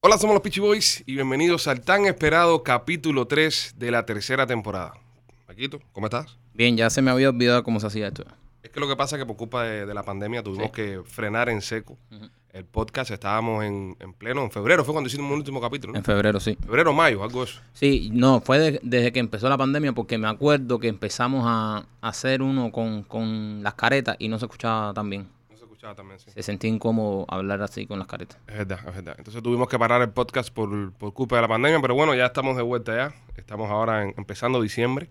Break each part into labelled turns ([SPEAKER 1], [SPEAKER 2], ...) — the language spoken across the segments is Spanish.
[SPEAKER 1] Hola, somos los Peachy Boys y bienvenidos al tan esperado capítulo 3 de la tercera temporada. Paquito, ¿cómo estás?
[SPEAKER 2] Bien, ya se me había olvidado cómo se hacía esto.
[SPEAKER 1] Es que lo que pasa es que por culpa de, de la pandemia tuvimos
[SPEAKER 2] Sí.
[SPEAKER 1] que frenar en seco el podcast. Estábamos en, en pleno, en febrero fue cuando hicimos un último capítulo. ¿no?
[SPEAKER 2] En febrero, sí.
[SPEAKER 1] Febrero, mayo, algo de eso.
[SPEAKER 2] Sí, no, fue de- desde que empezó la pandemia porque me acuerdo que empezamos a, a hacer uno con, con las caretas y no se escuchaba tan bien.
[SPEAKER 1] No se escuchaba también, sí.
[SPEAKER 2] Se sentía incómodo hablar así con las caretas.
[SPEAKER 1] Es verdad, es verdad. Entonces tuvimos que parar el podcast por, por culpa de la pandemia, pero bueno, ya estamos de vuelta ya. Estamos ahora en- empezando diciembre.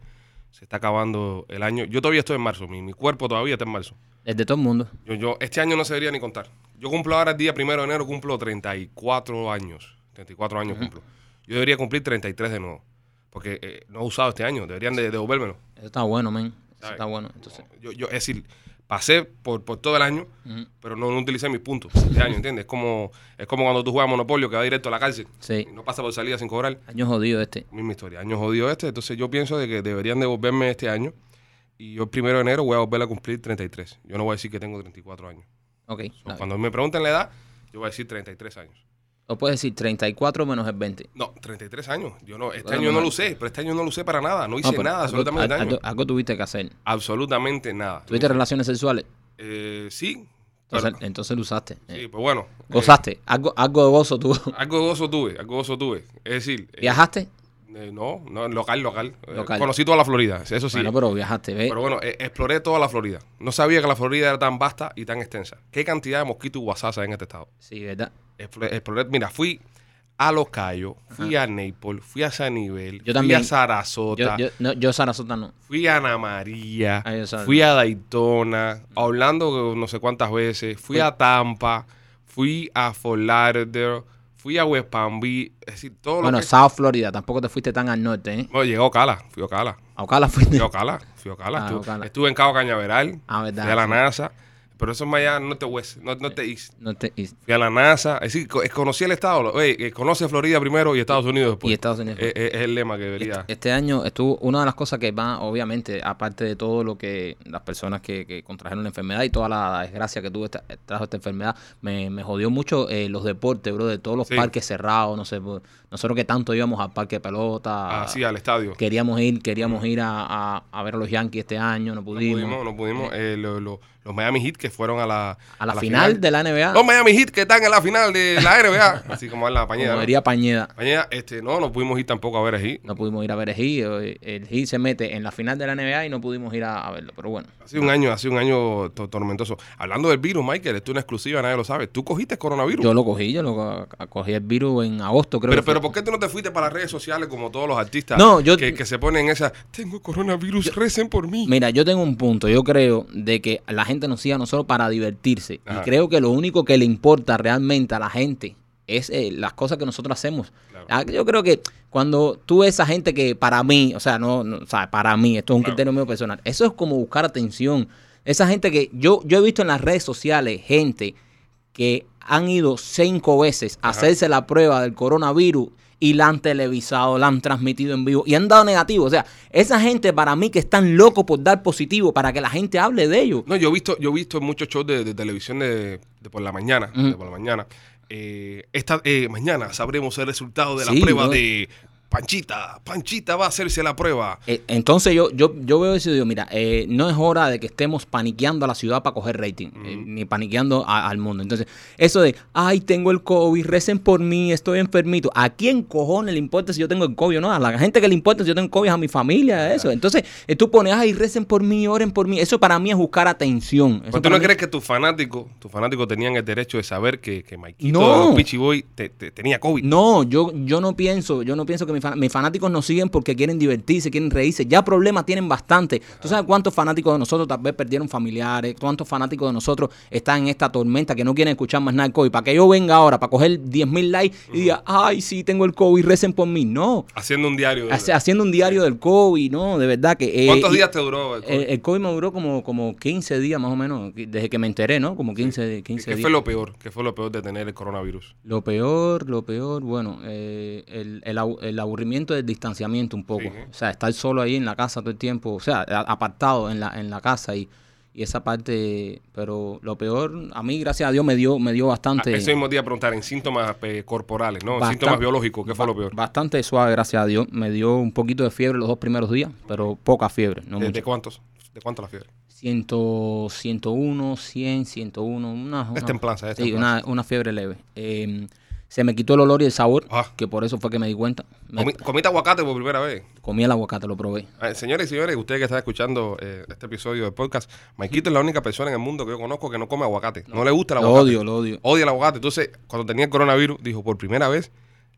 [SPEAKER 1] Se está acabando el año. Yo todavía estoy en marzo, mi, mi cuerpo todavía está en marzo.
[SPEAKER 2] Desde todo el mundo.
[SPEAKER 1] Yo, yo, este año no se debería ni contar. Yo cumplo ahora el día primero de enero, cumplo 34 años. 34 años cumplo. Yo debería cumplir 33 de nuevo. Porque eh, no he usado este año, deberían de, devolvérmelo.
[SPEAKER 2] Eso está bueno, men. Eso
[SPEAKER 1] Ay.
[SPEAKER 2] está bueno. Entonces,
[SPEAKER 1] Yo, yo, es decir, pasé por, por todo el año,
[SPEAKER 2] Ujú.
[SPEAKER 1] pero no, no utilicé mis puntos este año, ¿entiendes? Es como, es como cuando tú juegas Monopolio, que va directo a la cárcel.
[SPEAKER 2] sí.
[SPEAKER 1] Y no pasa por salida sin cobrar.
[SPEAKER 2] Año jodido este.
[SPEAKER 1] Misma historia, año jodido este. Entonces yo pienso de que deberían devolverme este año. Y yo el primero de enero voy a volver a cumplir 33. Yo no voy a decir que tengo 34 años.
[SPEAKER 2] Ok.
[SPEAKER 1] So,
[SPEAKER 2] está bien.
[SPEAKER 1] Cuando me preguntan la edad, yo voy a decir 33 años.
[SPEAKER 2] O puedes decir 34 menos el 20.
[SPEAKER 1] No, 33 años. Yo no, este
[SPEAKER 2] Bueno,
[SPEAKER 1] año no
[SPEAKER 2] mejor.
[SPEAKER 1] lo usé, pero este año no lo usé para nada. No hice
[SPEAKER 2] No, pero
[SPEAKER 1] nada,
[SPEAKER 2] algo-
[SPEAKER 1] absolutamente
[SPEAKER 2] al-
[SPEAKER 1] nada.
[SPEAKER 2] algo, algo tuviste que hacer.
[SPEAKER 1] Absolutamente nada.
[SPEAKER 2] ¿Tuviste relaciones sexuales?
[SPEAKER 1] Eh, sí, pero-
[SPEAKER 2] Entonces, entonces lo usaste.
[SPEAKER 1] sí,
[SPEAKER 2] Eh,
[SPEAKER 1] pues bueno. eh,
[SPEAKER 2] Gozaste. Algo, algo de gozo tuvo.
[SPEAKER 1] algo de gozo tuve, algo de gozo tuve. Es decir, eh,
[SPEAKER 2] ¿Viajaste?
[SPEAKER 1] eh, no, no, local, local. Eh,
[SPEAKER 2] Local.
[SPEAKER 1] conocí toda la Florida, eso sí.
[SPEAKER 2] Bueno,
[SPEAKER 1] pero,
[SPEAKER 2] pues, pero viajaste, ¿ves?
[SPEAKER 1] bueno, eh, exploré toda la Florida. No sabía que la Florida era tan vasta y tan extensa. ¿Qué cantidad de mosquitos y guasas hay en este estado?
[SPEAKER 2] Sí, ¿verdad?
[SPEAKER 1] Exploré, exploré- mira, fui a Los Cayos, fui a Naples, fui a San Nivel,
[SPEAKER 2] Yo
[SPEAKER 1] fui a
[SPEAKER 2] también.
[SPEAKER 1] Sarasota,
[SPEAKER 2] Yo, yo, no, yo Sarasota no.
[SPEAKER 1] fui a Ana María,
[SPEAKER 2] Ah, yo sabía.
[SPEAKER 1] fui a Daytona, a Orlando no sé cuántas veces, fui
[SPEAKER 2] Fui-
[SPEAKER 1] a Tampa, fui a Fort Lauderdale, fui a West Palm Beach, es decir, todo
[SPEAKER 2] Bueno,
[SPEAKER 1] lo que...
[SPEAKER 2] South Florida, tampoco te fuiste tan al norte, ¿eh?
[SPEAKER 1] Bueno, llegué a Ocala, fui a Ocala,
[SPEAKER 2] A Ocala fuiste.
[SPEAKER 1] fui a Ocala, fui a Ocala.
[SPEAKER 2] Ah,
[SPEAKER 1] estuve,
[SPEAKER 2] Ocala.
[SPEAKER 1] estuve en Cabo Cañaveral,
[SPEAKER 2] Ah, verdad,
[SPEAKER 1] fui a la
[SPEAKER 2] sí.
[SPEAKER 1] NASA, pero eso es más allá, no te west, no, no te east.
[SPEAKER 2] No te- y,
[SPEAKER 1] Fui a la NASA. Es decir, co- eh, conocí el estado. lo- Oye, eh, conoce Florida primero y Estados Unidos después.
[SPEAKER 2] y Estados Unidos.
[SPEAKER 1] Eh, eh, es, el lema que debería.
[SPEAKER 2] este, este año estuvo una de las cosas que va, obviamente, aparte de todo lo que las personas que, que contrajeron la enfermedad y toda la desgracia que tuvo esta, trajo esta enfermedad, me, me jodió mucho eh, los deportes, bro, de todos los
[SPEAKER 1] Sí.
[SPEAKER 2] parques cerrados, no sé, por- nosotros que tanto íbamos al parque de pelota,
[SPEAKER 1] Así, Ah, al estadio.
[SPEAKER 2] queríamos ir, queríamos ir a, a- a ver a los Yankees este año, no
[SPEAKER 1] No
[SPEAKER 2] pudimos.
[SPEAKER 1] pudimos, no pudimos. Eh, lo- lo- los Miami Heat que fueron a la,
[SPEAKER 2] A la, final, de la NBA,
[SPEAKER 1] Los Miami Heat que están en la final de la NBA. Así como en la Pañeda.
[SPEAKER 2] como
[SPEAKER 1] ¿no?
[SPEAKER 2] diría Pañeda.
[SPEAKER 1] Pañeda, este, no, no pudimos ir tampoco a ver allí.
[SPEAKER 2] No pudimos ir a ver el Heat. eh, El Heat se mete en la final de la NBA y no pudimos ir a, a verlo. Pero bueno,
[SPEAKER 1] Ha sido un año, ha sido un año to- tormentoso. Hablando del virus, Michael, esto es una exclusiva, nadie lo sabe. Tú cogiste coronavirus.
[SPEAKER 2] yo lo cogí, yo lo co- cogí el virus en agosto, creo.
[SPEAKER 1] pero,
[SPEAKER 2] que fue.
[SPEAKER 1] pero ¿por qué tú no te fuiste para las redes sociales como todos los artistas
[SPEAKER 2] No, yo-
[SPEAKER 1] que, que se ponen esa, tengo coronavirus, recen por mí?
[SPEAKER 2] Mira, yo tengo un punto. Yo creo de que la gente nos sigue a nosotros para divertirse.
[SPEAKER 1] Ajá.
[SPEAKER 2] Y creo que lo único que le importa realmente a la gente es eh, las cosas que nosotros hacemos.
[SPEAKER 1] Claro.
[SPEAKER 2] Ah, Yo creo que cuando tú ves a gente que para mí, o sea, no, no, o sea, para mí, esto es un
[SPEAKER 1] Claro.
[SPEAKER 2] criterio mío personal, eso es como buscar atención. Esa gente que yo, yo he visto en las redes sociales gente que han ido cinco veces a
[SPEAKER 1] Ajá.
[SPEAKER 2] hacerse la prueba del coronavirus y la han televisado, la han transmitido en vivo y han dado negativo. O sea, esa gente para mí que están locos por dar positivo para que la gente hable de ellos.
[SPEAKER 1] No, yo he visto, yo he visto muchos shows de, de televisión de, de por la mañana,
[SPEAKER 2] Ujú.
[SPEAKER 1] de por la mañana. Eh, esta eh, mañana sabremos el resultado de la
[SPEAKER 2] Sí,
[SPEAKER 1] prueba
[SPEAKER 2] bro.
[SPEAKER 1] de Panchita. Panchita va a hacerse la prueba.
[SPEAKER 2] Eh, Entonces yo, yo, yo veo eso y digo, mira, eh, no es hora de que estemos paniqueando a la ciudad para coger rating, eh, ni paniqueando a- al mundo. Entonces, eso de, ay, tengo el COVID, recen por mí, estoy enfermito. ¿A quién cojones le importa si yo tengo el COVID o no? A la gente que le importa si yo tengo COVID es a mi familia, a eso. Entonces, eh, tú pones, ay, recen por mí, oren por mí. Eso para mí es buscar atención. Eso
[SPEAKER 1] Pero Pues tú
[SPEAKER 2] para
[SPEAKER 1] no
[SPEAKER 2] mí-
[SPEAKER 1] crees que tus fanáticos, tus fanáticos tenían el derecho de saber que, que Maikito
[SPEAKER 2] No.
[SPEAKER 1] los Peachy Boy te- te- tenía COVID.
[SPEAKER 2] No, yo, yo no pienso, yo no pienso que mis, fan- mis fanáticos nos siguen porque quieren divertirse, quieren reírse. Ya problemas tienen bastante. Tú sabes cuántos fanáticos de nosotros tal vez perdieron familiares, cuántos fanáticos de nosotros están en esta tormenta que no quieren escuchar más nada del COVID. Para que yo venga ahora, para coger 10.000 likes y diga, ay, sí, tengo el COVID, recen por mí. No,
[SPEAKER 1] Haciendo un diario. de-
[SPEAKER 2] Hace- haciendo un diario del COVID, no, de verdad que... eh,
[SPEAKER 1] ¿Cuántos
[SPEAKER 2] y-
[SPEAKER 1] días te duró? El COVID?
[SPEAKER 2] El, el COVID me duró como, como 15 días más o menos, desde que me enteré, ¿no? Como 15, 15
[SPEAKER 1] ¿Qué
[SPEAKER 2] días.
[SPEAKER 1] fue lo peor? ¿Qué fue lo peor de tener el coronavirus? Ah,
[SPEAKER 2] Lo peor, lo peor, bueno, eh, el, el abu- el aburrimiento del distanciamiento un poco.
[SPEAKER 1] Sí, ¿eh?
[SPEAKER 2] O sea, estar solo ahí en la casa todo el tiempo, o sea, a- apartado en la, en la casa y, Y esa parte, pero lo peor, a mí, gracias a Dios, me dio, me dio bastante.
[SPEAKER 1] Ah, Ese mismo día preguntar en síntomas eh, corporales, ¿no? En
[SPEAKER 2] Bastan-
[SPEAKER 1] síntomas biológicos, ¿qué fue lo
[SPEAKER 2] ba-
[SPEAKER 1] peor?
[SPEAKER 2] Bastante suave, gracias a Dios. Me dio un poquito de fiebre los dos primeros días, pero poca fiebre, no
[SPEAKER 1] ¿De,
[SPEAKER 2] mucho.
[SPEAKER 1] de cuántos? ¿De cuánto la fiebre?
[SPEAKER 2] 100, 101, 100, 101, una, una,
[SPEAKER 1] Es templanza, es
[SPEAKER 2] sí,
[SPEAKER 1] templanza.
[SPEAKER 2] una- una fiebre leve. Eh, se me quitó el olor y el sabor,
[SPEAKER 1] Ah.
[SPEAKER 2] que por eso fue que me di cuenta. Me-
[SPEAKER 1] Comi- comiste aguacate por primera vez.
[SPEAKER 2] comí el aguacate, lo probé.
[SPEAKER 1] Eh, señores y señores, ustedes que están escuchando eh, este episodio de podcast, Maikito es la única persona en el mundo que yo conozco que no come aguacate. No, le gusta el
[SPEAKER 2] Lo
[SPEAKER 1] aguacate.
[SPEAKER 2] odio, lo odio.
[SPEAKER 1] Odia el aguacate. Entonces, cuando tenía el coronavirus, dijo, por primera vez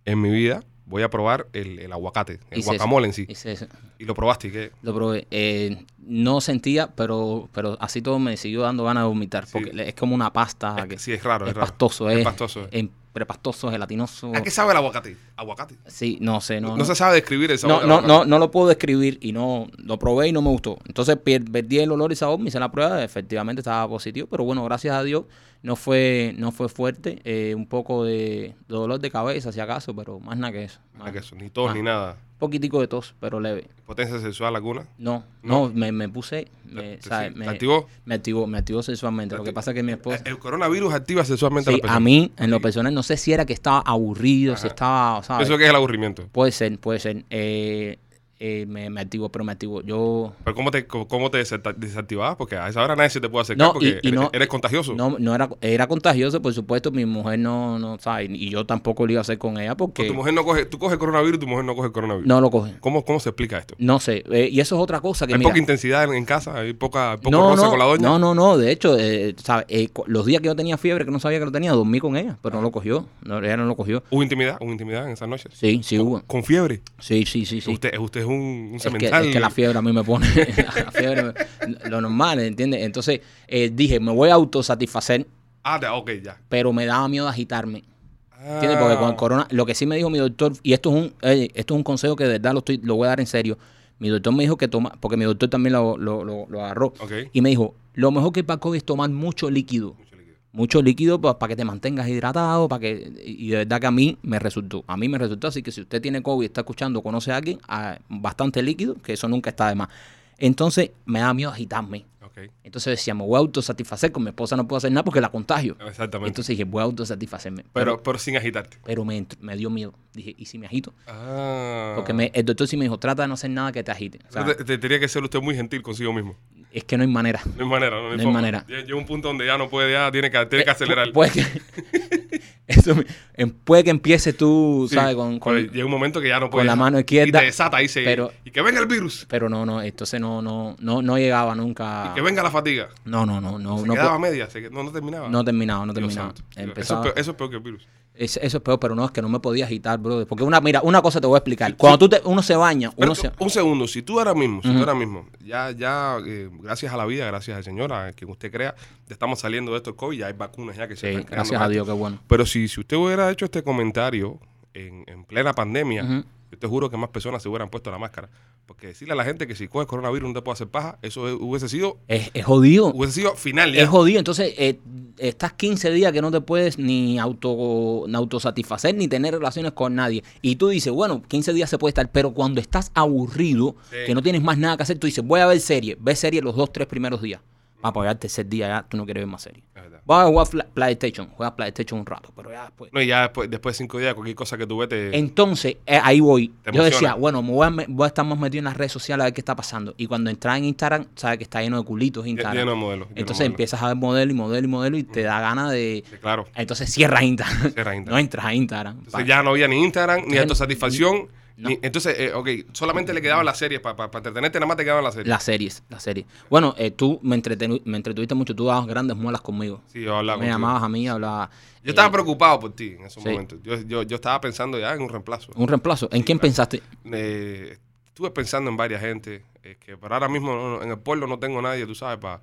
[SPEAKER 1] en mi vida voy a probar el, el aguacate, el
[SPEAKER 2] Hice
[SPEAKER 1] guacamole
[SPEAKER 2] eso,
[SPEAKER 1] en sí.
[SPEAKER 2] hice eso.
[SPEAKER 1] Y lo probaste y que...
[SPEAKER 2] Lo probé. Eh, no sentía, pero, pero así todo me siguió dando ganas de vomitar.
[SPEAKER 1] Sí.
[SPEAKER 2] Porque le- es como una pasta. Ah, que
[SPEAKER 1] sí, es raro, es,
[SPEAKER 2] es
[SPEAKER 1] raro.
[SPEAKER 2] pastoso,
[SPEAKER 1] es
[SPEAKER 2] es.
[SPEAKER 1] pastoso. eh.
[SPEAKER 2] en- prepastoso, gelatinoso.
[SPEAKER 1] ¿A qué sabe el aguacate? Aguacate.
[SPEAKER 2] Sí, no sé, no.
[SPEAKER 1] No,
[SPEAKER 2] no.
[SPEAKER 1] se sabe describir el sabor
[SPEAKER 2] No,
[SPEAKER 1] del
[SPEAKER 2] no,
[SPEAKER 1] aguacate.
[SPEAKER 2] no, no lo puedo describir y no lo probé y no me gustó. Entonces pier- perdí el olor y sabor, me hice la prueba, efectivamente estaba positivo, pero bueno, gracias a Dios no fue no fue fuerte, eh, un poco de, de dolor de cabeza si acaso, pero más nada que eso.
[SPEAKER 1] Nada que
[SPEAKER 2] más-
[SPEAKER 1] eso, ni tos,
[SPEAKER 2] Ah.
[SPEAKER 1] ni nada.
[SPEAKER 2] Un poquitico de tos, pero leve.
[SPEAKER 1] Potencia sexual alguna.
[SPEAKER 2] No,
[SPEAKER 1] No.
[SPEAKER 2] no, me, me puse, me,
[SPEAKER 1] ¿Te-
[SPEAKER 2] ¿sabes?
[SPEAKER 1] te-
[SPEAKER 2] Me,
[SPEAKER 1] te activó?
[SPEAKER 2] me activó, me activó sexualmente. Lo que pasa es que mi
[SPEAKER 1] Eh,
[SPEAKER 2] esposa...
[SPEAKER 1] El coronavirus activa sexualmente
[SPEAKER 2] Sí,
[SPEAKER 1] a la persona.
[SPEAKER 2] a mí, en lo
[SPEAKER 1] Ok.
[SPEAKER 2] personal, no sé si era que estaba aburrido, si
[SPEAKER 1] Ajá.
[SPEAKER 2] estaba, ¿sabes?
[SPEAKER 1] Eso que es el aburrimiento.
[SPEAKER 2] Puede ser, puede ser. Eh, eh, me, me activo, pero me activo. Yo
[SPEAKER 1] Pero ¿cómo te, cómo- cómo te desacta- desactivabas? Porque a esa hora nadie se te puede acercar
[SPEAKER 2] No, y-
[SPEAKER 1] porque
[SPEAKER 2] y
[SPEAKER 1] eres,
[SPEAKER 2] no-
[SPEAKER 1] eres contagioso.
[SPEAKER 2] no, no era, era contagioso, por supuesto. Mi mujer no, no sabe, y yo tampoco lo iba a hacer con ella porque
[SPEAKER 1] Pues Tu mujer no coge, tú coges coronavirus, tu mujer no coge coronavirus.
[SPEAKER 2] no lo coge.
[SPEAKER 1] ¿Cómo, ¿Cómo se explica esto?
[SPEAKER 2] No sé. eh, y eso es otra cosa que
[SPEAKER 1] ¿Hay
[SPEAKER 2] mira,
[SPEAKER 1] poca intensidad en, en casa? ¿Hay poca, poco
[SPEAKER 2] no,
[SPEAKER 1] roce
[SPEAKER 2] no,
[SPEAKER 1] con la doña?
[SPEAKER 2] no, no, no. De hecho, eh, sabe, eh, cu- los días que yo tenía fiebre, que no sabía que lo tenía, dormí con ella, pero no lo cogió. No, ella no lo cogió.
[SPEAKER 1] ¿Hubo intimidad? ¿Hubo intimidad en esas noches?
[SPEAKER 2] Sí, sí hubo.
[SPEAKER 1] ¿Con fiebre?
[SPEAKER 2] Sí, sí, sí, sí.
[SPEAKER 1] Usted, usted es un, un
[SPEAKER 2] Es que,
[SPEAKER 1] semental.
[SPEAKER 2] es que la fiebre a mí me pone la fiebre, me- lo normal, ¿entiendes? Entonces eh, dije, me voy a autosatisfacer,
[SPEAKER 1] Ah, ya, ok, ya.
[SPEAKER 2] pero me daba miedo agitarme.
[SPEAKER 1] Ah.
[SPEAKER 2] ¿Entiendes? Porque con el corona, lo que sí me dijo mi doctor, y esto es un, eh, esto es un consejo que de verdad lo, estoy, lo voy a dar en serio. Mi doctor me dijo que toma, porque mi doctor también lo, lo, lo- lo agarró.
[SPEAKER 1] Ah, Ok.
[SPEAKER 2] Y me dijo, lo mejor que para COVID es tomar mucho líquido.
[SPEAKER 1] Mucho líquido.
[SPEAKER 2] Mucho líquido pues, para que te mantengas hidratado, para que, y de verdad que a mí me resultó. A mí me resultó. Así que si usted tiene COVID, está escuchando, conoce a alguien, ah, bastante líquido, que eso nunca está de más. Entonces me da miedo agitarme.
[SPEAKER 1] Ok.
[SPEAKER 2] Entonces decía, me voy a autosatisfacer, con mi esposa no puedo hacer nada porque la contagio.
[SPEAKER 1] Exactamente.
[SPEAKER 2] Entonces dije, voy a autosatisfacerme.
[SPEAKER 1] pero, pero sin agitarte.
[SPEAKER 2] pero me, entró- me dio miedo. Dije, ¿y si me agito?
[SPEAKER 1] Ah.
[SPEAKER 2] Porque me- el doctor sí me dijo, trata de no hacer nada que te agite. O sea,
[SPEAKER 1] Pero te- te- tenía que ser usted muy gentil consigo mismo.
[SPEAKER 2] es que no hay manera.
[SPEAKER 1] No hay manera. No,
[SPEAKER 2] No hay
[SPEAKER 1] forma.
[SPEAKER 2] manera.
[SPEAKER 1] Lle- Llega un punto donde ya no puede, ya tiene que, tiene que
[SPEAKER 2] Eh,
[SPEAKER 1] acelerar.
[SPEAKER 2] pu- Puede que, eso me- em- puede que empieces tú,
[SPEAKER 1] Sí,
[SPEAKER 2] ¿sabes? Con, con-
[SPEAKER 1] pero llega un momento que ya no puede.
[SPEAKER 2] la
[SPEAKER 1] ya.
[SPEAKER 2] mano izquierda,
[SPEAKER 1] Y te desata y, se,
[SPEAKER 2] pero-
[SPEAKER 1] y que venga el virus.
[SPEAKER 2] pero no, no, entonces no, no, no, no llegaba nunca.
[SPEAKER 1] Que venga la fatiga.
[SPEAKER 2] No, no, no, no,
[SPEAKER 1] Se
[SPEAKER 2] no,
[SPEAKER 1] quedaba
[SPEAKER 2] po-
[SPEAKER 1] a media. se qued- no, no terminaba.
[SPEAKER 2] no terminaba, no
[SPEAKER 1] Dios
[SPEAKER 2] terminaba.
[SPEAKER 1] santo. Dios, eso, es
[SPEAKER 2] Empezaba.
[SPEAKER 1] peor, eso es peor que el virus.
[SPEAKER 2] Es- eso es peor, pero no, es que no me podía agitar, brother. Porque una, mira, una cosa te voy a explicar. Cuando tú te- uno se baña,
[SPEAKER 1] Pero
[SPEAKER 2] uno
[SPEAKER 1] tú-
[SPEAKER 2] se.
[SPEAKER 1] un segundo, si tú ahora mismo, si tú ahora mismo, ya, ya, eh, gracias a la vida, gracias al Señor, a quien usted crea, ya estamos saliendo de esto COVID, ya hay vacunas ya que se
[SPEAKER 2] Sí,
[SPEAKER 1] están creando
[SPEAKER 2] gracias a
[SPEAKER 1] para
[SPEAKER 2] Dios, qué bueno.
[SPEAKER 1] Pero si, si usted hubiera hecho este comentario en, en plena pandemia,
[SPEAKER 2] Ujú.
[SPEAKER 1] yo te juro que más personas se hubieran puesto la máscara. Porque decirle a la gente que si coges coronavirus no te puede hacer paja, eso es- hubiese sido,
[SPEAKER 2] Es, es jodido.
[SPEAKER 1] hubiese sido final ya.
[SPEAKER 2] Es jodido, entonces eh, estás 15 días que no te puedes ni auto ni autosatisfacer ni tener relaciones con nadie. Y tú dices, bueno, 15 días se puede estar, pero cuando estás aburrido,
[SPEAKER 1] Sí.
[SPEAKER 2] que no tienes más nada que hacer, tú dices, voy a ver serie, ve serie los dos, tres primeros días. Para pagar el tercer día ya, tú no quieres ver más serie.
[SPEAKER 1] La verdad.
[SPEAKER 2] Vas a jugar Fla- PlayStation, juegas PlayStation un rato, pero ya después.
[SPEAKER 1] No, y ya después, después de cinco días, cualquier cosa que tú ves te-
[SPEAKER 2] Entonces, eh, ahí voy.
[SPEAKER 1] Te
[SPEAKER 2] Yo decía,
[SPEAKER 1] emociona.
[SPEAKER 2] bueno, me voy, a, me- voy a estar más metido en las redes sociales a ver qué está pasando. Y cuando entras en Instagram, sabes que está lleno de culitos
[SPEAKER 1] ll-
[SPEAKER 2] Instagram.
[SPEAKER 1] lleno de modelos. lleno de
[SPEAKER 2] Entonces
[SPEAKER 1] modelos.
[SPEAKER 2] empiezas a ver modelo y modelo y modelo y te da ganas de...
[SPEAKER 1] Sí, Claro.
[SPEAKER 2] Entonces cierras Instagram.
[SPEAKER 1] Cierras Instagram.
[SPEAKER 2] No entras a Instagram.
[SPEAKER 1] Entonces ya no había ni Instagram, ni
[SPEAKER 2] Entonces,
[SPEAKER 1] autosatisfacción.
[SPEAKER 2] no.
[SPEAKER 1] ni- entonces, eh, ok, solamente le quedaban las series para entretenerte, nada más te quedaban las series.
[SPEAKER 2] Las series, las series. Bueno, eh, tú me, entretenu- me entretuviste mucho, tú dabas grandes muelas conmigo.
[SPEAKER 1] Sí, yo hablaba
[SPEAKER 2] me
[SPEAKER 1] contigo.
[SPEAKER 2] llamabas a mí, hablabas...
[SPEAKER 1] Yo
[SPEAKER 2] eh,
[SPEAKER 1] estaba preocupado por ti en esos
[SPEAKER 2] sí.
[SPEAKER 1] momentos. Yo, yo, yo estaba pensando ya en un reemplazo.
[SPEAKER 2] Un reemplazo. ¿En quién pensaste?
[SPEAKER 1] Eh, estuve pensando en varias gente, eh, que, pero ahora mismo no- no, en el pueblo no tengo nadie, tú sabes, para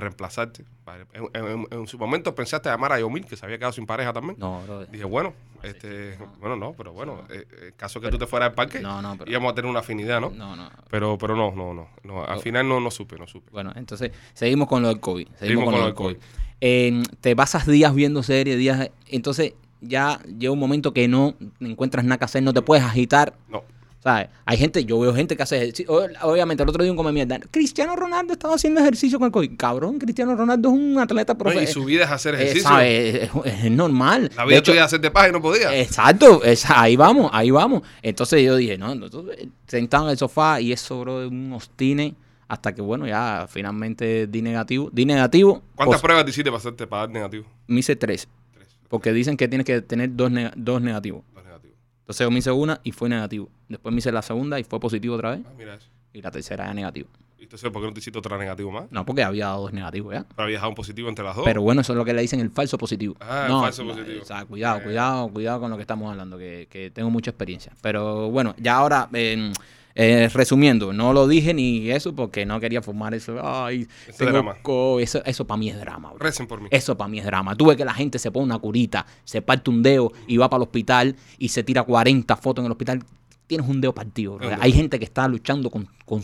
[SPEAKER 1] reemplazarte. Pa- en, en- en su momento pensaste llamar a Yomil, que se había quedado sin pareja también.
[SPEAKER 2] No, brother.
[SPEAKER 1] Dije, bueno, este, bueno, no, pero bueno, eh, en caso que tú te fueras al parque,
[SPEAKER 2] No, no, pero-
[SPEAKER 1] íbamos a tener una afinidad, ¿no?
[SPEAKER 2] No, no.
[SPEAKER 1] Pero, pero no, no, no, no, Al
[SPEAKER 2] No.
[SPEAKER 1] final no, no supe, no supe.
[SPEAKER 2] Bueno, entonces seguimos con lo del COVID. Seguimos,
[SPEAKER 1] Seguimos
[SPEAKER 2] con, lo del COVID. Eh, te pasas días viendo series, días... Entonces ya llega un momento que no encuentras nada que hacer, no te puedes agitar.
[SPEAKER 1] No.
[SPEAKER 2] ¿Sabes? Hay gente, yo veo gente que hace ejercicio. O- Obviamente, el otro día un come mierda. Cristiano Ronaldo estaba haciendo ejercicio con el COVID. Cabrón, Cristiano Ronaldo es un atleta
[SPEAKER 1] No,
[SPEAKER 2] profesional.
[SPEAKER 1] y su vida es hacer ejercicio.
[SPEAKER 2] ¿sabes? Es, es- es normal.
[SPEAKER 1] La
[SPEAKER 2] eh, De
[SPEAKER 1] vida
[SPEAKER 2] hecho, eh,
[SPEAKER 1] tuya de hacerte paja y no podía.
[SPEAKER 2] Exacto, es- ahí vamos, ahí vamos. Entonces yo dije, no, no, tú- sentado en el sofá y eso, bro, unos tines. Hasta que, bueno, ya finalmente di negativo. Di negativo.
[SPEAKER 1] ¿Cuántas
[SPEAKER 2] pues,
[SPEAKER 1] pruebas te hiciste para hacerte para dar negativo?
[SPEAKER 2] me hice tres.
[SPEAKER 1] Tres.
[SPEAKER 2] Porque dicen que tienes que tener dos, neg- dos negativos.
[SPEAKER 1] Dos negativos.
[SPEAKER 2] Entonces yo me hice una y fue negativo. Después me hice la segunda y fue positivo otra vez.
[SPEAKER 1] Ah, mira eso.
[SPEAKER 2] Y la tercera ya negativo.
[SPEAKER 1] ¿Y entonces por qué no te hiciste otra negativo más?
[SPEAKER 2] No, porque había dado dos negativos ya.
[SPEAKER 1] Para viajar un positivo entre las dos.
[SPEAKER 2] Pero bueno, eso es lo que le dicen el falso positivo.
[SPEAKER 1] Oh. Ah, el
[SPEAKER 2] No,
[SPEAKER 1] falso
[SPEAKER 2] no,
[SPEAKER 1] positivo.
[SPEAKER 2] o sea, cuidado,
[SPEAKER 1] Eh.
[SPEAKER 2] cuidado, cuidado con lo que estamos hablando, que, que tengo mucha experiencia. Pero bueno, ya ahora, eh, eh, resumiendo, no lo dije ni eso porque no quería fumar eso. Ay,
[SPEAKER 1] Ese
[SPEAKER 2] tengo
[SPEAKER 1] drama.
[SPEAKER 2] co- eso, eso para mí es drama, bro.
[SPEAKER 1] Recen por mí.
[SPEAKER 2] Eso para mí es drama. Tú ves que la gente se pone una curita, se parte un dedo y va para el hospital y se tira 40 fotos en el hospital. Tienes un dedo partido. bro.
[SPEAKER 1] Un dedo.
[SPEAKER 2] Hay gente que está luchando con- con-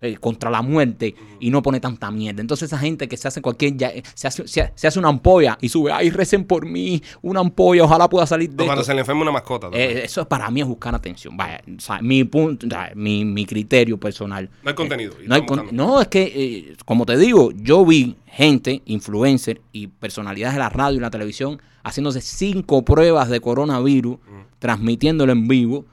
[SPEAKER 2] eh, contra la muerte y no pone tanta mierda. Entonces esa gente que se hace cualquier... ya- eh, se, hace, se, se hace una ampolla y sube, ay, recen por mí, una ampolla, ojalá pueda salir de...
[SPEAKER 1] No, cuando
[SPEAKER 2] esto".
[SPEAKER 1] se le enferma una mascota. también.
[SPEAKER 2] Eh, eso para mí es buscar atención. Vaya, o sea, mi punto, o sea, mi, mi criterio personal.
[SPEAKER 1] no hay contenido. y
[SPEAKER 2] eh, No, hay
[SPEAKER 1] están
[SPEAKER 2] con-
[SPEAKER 1] buscando.
[SPEAKER 2] no, es que, eh, como te digo, yo vi gente, influencer y personalidades de la radio y la televisión haciéndose cinco pruebas de coronavirus, transmitiéndolo en vivo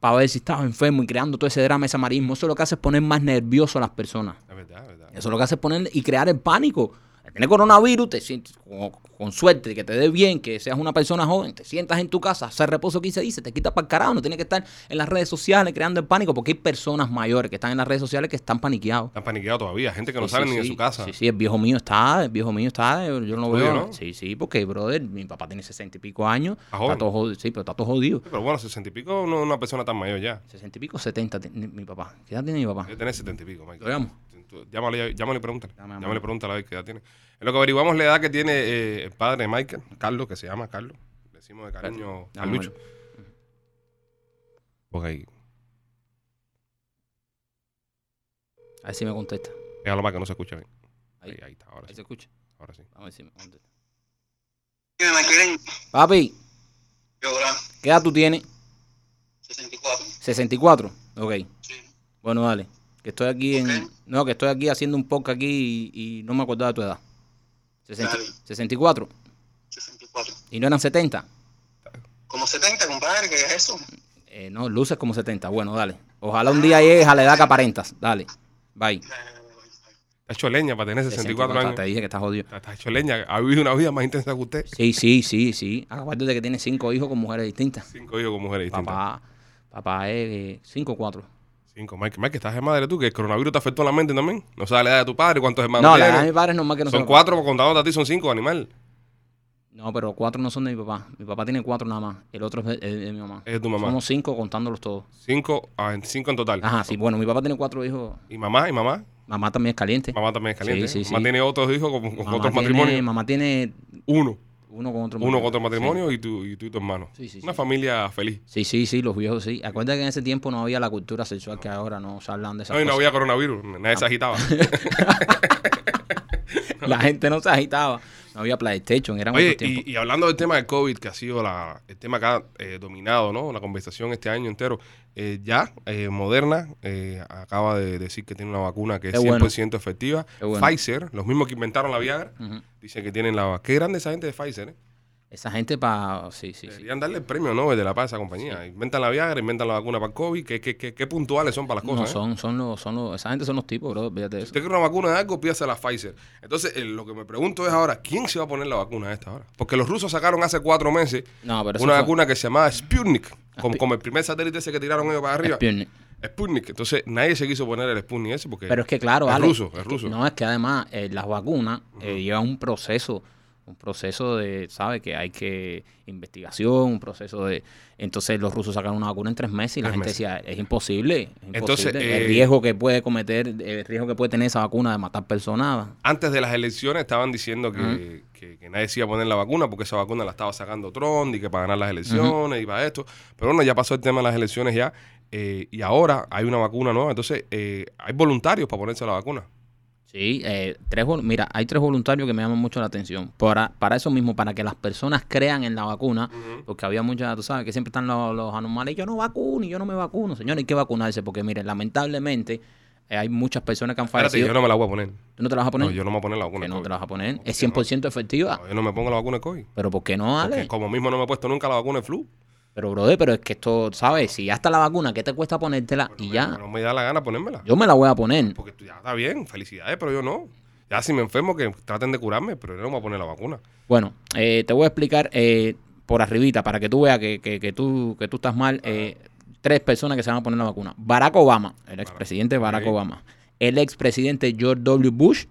[SPEAKER 2] para ver si estaba enfermo y creando todo ese drama, ese amarismo. Eso lo que hace es poner más nervioso a las personas.
[SPEAKER 1] Es verdad, es verdad.
[SPEAKER 2] Eso lo que hace es poner y crear el pánico. Tienes coronavirus, te sientes con, con suerte, que te dé bien, que seas una persona joven, te sientas en tu casa, haces reposo 15 días, te quitas para el carajo, no tienes que estar en las redes sociales creando el pánico, porque hay personas mayores que están en las redes sociales que están paniqueados.
[SPEAKER 1] Están paniqueados todavía. Gente que no
[SPEAKER 2] Sí,
[SPEAKER 1] sale
[SPEAKER 2] sí,
[SPEAKER 1] ni de
[SPEAKER 2] sí.
[SPEAKER 1] su casa.
[SPEAKER 2] Sí, sí, el viejo mío está, el viejo mío está, eh, yo no lo veo.
[SPEAKER 1] Jodido, ¿no?
[SPEAKER 2] Sí, sí, porque, brother, mi papá tiene sesenta y pico años,
[SPEAKER 1] Ah, joven.
[SPEAKER 2] está todo jodido, sí, pero está todo jodido.
[SPEAKER 1] Pero bueno, sesenta y pico no es una persona tan mayor ya.
[SPEAKER 2] Sesenta y pico, setenta, tiene mi papá. ¿Qué edad tiene mi papá?
[SPEAKER 1] Debe tener setenta y pico, Mike.
[SPEAKER 2] Lo llamo.
[SPEAKER 1] Tú- Llámale, llámale y pregúntale.
[SPEAKER 2] Llama, llama.
[SPEAKER 1] Llámale y pregúntale a ver qué edad tiene. En lo que averiguamos la edad que tiene eh, el padre de Michael, Carlos, que se llama Carlos. Le decimos de cariño a
[SPEAKER 2] Llámalo.
[SPEAKER 1] Lucho. Porque ahí.
[SPEAKER 2] A ver si me contesta.
[SPEAKER 1] Déjalo más que no se escucha bien.
[SPEAKER 2] Ahí.
[SPEAKER 1] Ahí, ahí está, ahora
[SPEAKER 2] Ahí
[SPEAKER 1] sí.
[SPEAKER 2] se escucha.
[SPEAKER 1] Ahora sí.
[SPEAKER 2] Vamos a ver si me contesta.
[SPEAKER 3] Dime, me quieren.
[SPEAKER 2] Papi,
[SPEAKER 3] Yo, hola,
[SPEAKER 2] ¿qué edad tú tienes?
[SPEAKER 3] 64.
[SPEAKER 2] 64. Ok.
[SPEAKER 3] Sí.
[SPEAKER 2] Bueno, dale. Que estoy aquí en.
[SPEAKER 3] Ok.
[SPEAKER 2] No, que estoy aquí haciendo un podcast aquí y, y no me acordaba de tu edad. 60
[SPEAKER 3] Dale.
[SPEAKER 2] 64.
[SPEAKER 3] 64.
[SPEAKER 2] Y no eran 70.
[SPEAKER 3] Como 70, compadre, ¿qué es eso?
[SPEAKER 2] Eh, no, luces como 70. Bueno, dale. Ojalá un día llegues a la edad que aparentas. Dale. Bye.
[SPEAKER 3] Eh,
[SPEAKER 1] Está hecho leña para tener 64,
[SPEAKER 2] Te
[SPEAKER 1] años.
[SPEAKER 2] dije que estás jodido.
[SPEAKER 1] Está, está hecho leña. Ha vivido una vida más intensa que usted.
[SPEAKER 2] Sí, sí, sí, sí. Acuérdate que tienes cinco hijos con mujeres distintas.
[SPEAKER 1] Cinco hijos con mujeres distintas.
[SPEAKER 2] Papá, papá es eh, 5 o 4.
[SPEAKER 1] Cinco. Mike, Mike, estás de madre tú, que el coronavirus te afectó la mente también. No sabes la edad de tu padre, cuántos hermanos
[SPEAKER 2] No, la
[SPEAKER 1] tienes.
[SPEAKER 2] edad de mi padre es normal que no
[SPEAKER 1] eh, son
[SPEAKER 2] sea-
[SPEAKER 1] cuatro, contando a ti son cinco, animal.
[SPEAKER 2] No, pero cuatro no son de mi papá. Mi papá tiene cuatro nada más. El otro es de, es de mi mamá.
[SPEAKER 1] Es de tu mamá.
[SPEAKER 2] Somos cinco contándolos todos.
[SPEAKER 1] Cinco, ah, cinco en total.
[SPEAKER 2] Ajá, sí. Bueno, mi papá tiene cuatro hijos.
[SPEAKER 1] Y mamá, y mamá.
[SPEAKER 2] Mamá también es caliente.
[SPEAKER 1] Mamá también es caliente.
[SPEAKER 2] Sí, sí,
[SPEAKER 1] mamá
[SPEAKER 2] sí.
[SPEAKER 1] tiene otros hijos con, con
[SPEAKER 2] Mamá
[SPEAKER 1] otros
[SPEAKER 2] tiene-
[SPEAKER 1] matrimonios.
[SPEAKER 2] Mamá tiene
[SPEAKER 1] Uno.
[SPEAKER 2] uno con otro
[SPEAKER 1] Uno con otro matrimonio y, tú, y tú y tu hermano.
[SPEAKER 2] Sí, sí,
[SPEAKER 1] Una
[SPEAKER 2] sí.
[SPEAKER 1] familia feliz.
[SPEAKER 2] Sí, sí, sí, los viejos sí. Acuérdate que en ese tiempo no había la cultura sexual que ahora no se hablan de esas
[SPEAKER 1] No, y no
[SPEAKER 2] cosas.
[SPEAKER 1] había coronavirus. Nadie se agitaba.
[SPEAKER 2] La gente no se agitaba. No había PlayStation, eran
[SPEAKER 1] Oye,
[SPEAKER 2] otros tiempos.
[SPEAKER 1] y, y hablando del tema del COVID, que ha sido la, el tema que ha eh, dominado ¿no? la conversación este año entero, eh, ya eh, Moderna eh, acaba de decir que tiene una vacuna que es
[SPEAKER 2] Qué bueno.
[SPEAKER 1] 100% efectiva.
[SPEAKER 2] Qué bueno.
[SPEAKER 1] Pfizer, los mismos que inventaron la Viagra,
[SPEAKER 2] Ujú.
[SPEAKER 1] dicen que tienen la... Qué grande esa gente de Pfizer, ¿eh?
[SPEAKER 2] Esa gente para... Sí, sí, sí.
[SPEAKER 1] Deberían darle el premio Nobel de la paz a esa compañía. Inventan la Viagra, inventan la vacuna para el COVID. ¿Qué, qué, qué, qué puntuales son para las
[SPEAKER 2] No,
[SPEAKER 1] cosas? ¿eh?
[SPEAKER 2] son, son los, son los, esa gente son los tipos, bro. Fíjate
[SPEAKER 1] Si
[SPEAKER 2] eso.
[SPEAKER 1] usted quiere una vacuna de algo, pídase la Pfizer. Entonces, eh, lo que me pregunto es ahora, ¿quién se va a poner la vacuna a esta hora? Porque los rusos sacaron hace cuatro meses
[SPEAKER 2] No, pero eso
[SPEAKER 1] una
[SPEAKER 2] fue-
[SPEAKER 1] vacuna que se llamaba Sputnik, como, como el primer satélite ese que tiraron ellos para arriba.
[SPEAKER 2] Sputnik.
[SPEAKER 1] Sputnik. Entonces, nadie se quiso poner el Sputnik ese porque
[SPEAKER 2] Pero es que claro,
[SPEAKER 1] es
[SPEAKER 2] Ale,
[SPEAKER 1] ruso, es
[SPEAKER 2] que-
[SPEAKER 1] ruso.
[SPEAKER 2] no, es que además eh, las vacunas eh, llevan un proceso, un proceso de, ¿sabe? Que hay que investigación, un proceso de... Entonces los rusos sacaron una vacuna en tres meses y la
[SPEAKER 1] Tres
[SPEAKER 2] gente
[SPEAKER 1] meses.
[SPEAKER 2] decía, es imposible, es imposible.
[SPEAKER 1] Entonces, eh,
[SPEAKER 2] el riesgo que puede cometer, el riesgo que puede tener esa vacuna de matar personas.
[SPEAKER 1] antes de las elecciones estaban diciendo que, que- que nadie se iba a poner la vacuna porque esa vacuna la estaba sacando Trump y que para ganar las elecciones y para esto. Pero bueno, ya pasó el tema de las elecciones ya eh, y ahora hay una vacuna nueva. Entonces, eh, hay voluntarios para ponerse la vacuna.
[SPEAKER 2] Sí, eh, tres, vol- mira, hay tres voluntarios que me llaman mucho la atención. Para, para eso mismo, para que las personas crean en la vacuna, porque había muchas, tú sabes, que siempre están los, los anormales, yo no vacuno y yo no me vacuno. Señores, hay que vacunarse, porque miren, lamentablemente eh, hay muchas personas que han
[SPEAKER 1] Espérate,
[SPEAKER 2] fallecido.
[SPEAKER 1] yo no me la voy a poner.
[SPEAKER 2] ¿Tú no te la vas a poner?
[SPEAKER 1] No, yo no me voy a poner la vacuna.
[SPEAKER 2] que
[SPEAKER 1] de
[SPEAKER 2] no te
[SPEAKER 1] COVID.
[SPEAKER 2] la vas a poner. Es
[SPEAKER 1] no?
[SPEAKER 2] 100% efectiva.
[SPEAKER 1] No, yo no me pongo la vacuna de COVID.
[SPEAKER 2] Pero ¿por qué no,
[SPEAKER 1] Ah, Porque
[SPEAKER 2] Ale?
[SPEAKER 1] como mismo no me he puesto nunca la vacuna de flu.
[SPEAKER 2] Pero, brother, pero es que esto, ¿sabes? Si ya está la vacuna, ¿qué te cuesta ponértela? Y ya,
[SPEAKER 1] No me da la gana ponérmela.
[SPEAKER 2] yo me la voy a poner.
[SPEAKER 1] Porque tú- ya está bien, felicidades, pero yo no. Ya si me enfermo, que traten de curarme, pero yo no me voy a poner la vacuna.
[SPEAKER 2] Bueno, eh, te voy a explicar eh, por arribita para que tú veas que, que- que tú, que tú estás mal. eh, tres personas que se van a poner la vacuna. Barack Obama, el expresidente Barack
[SPEAKER 1] ok.
[SPEAKER 2] Obama. El expresidente George W. Bush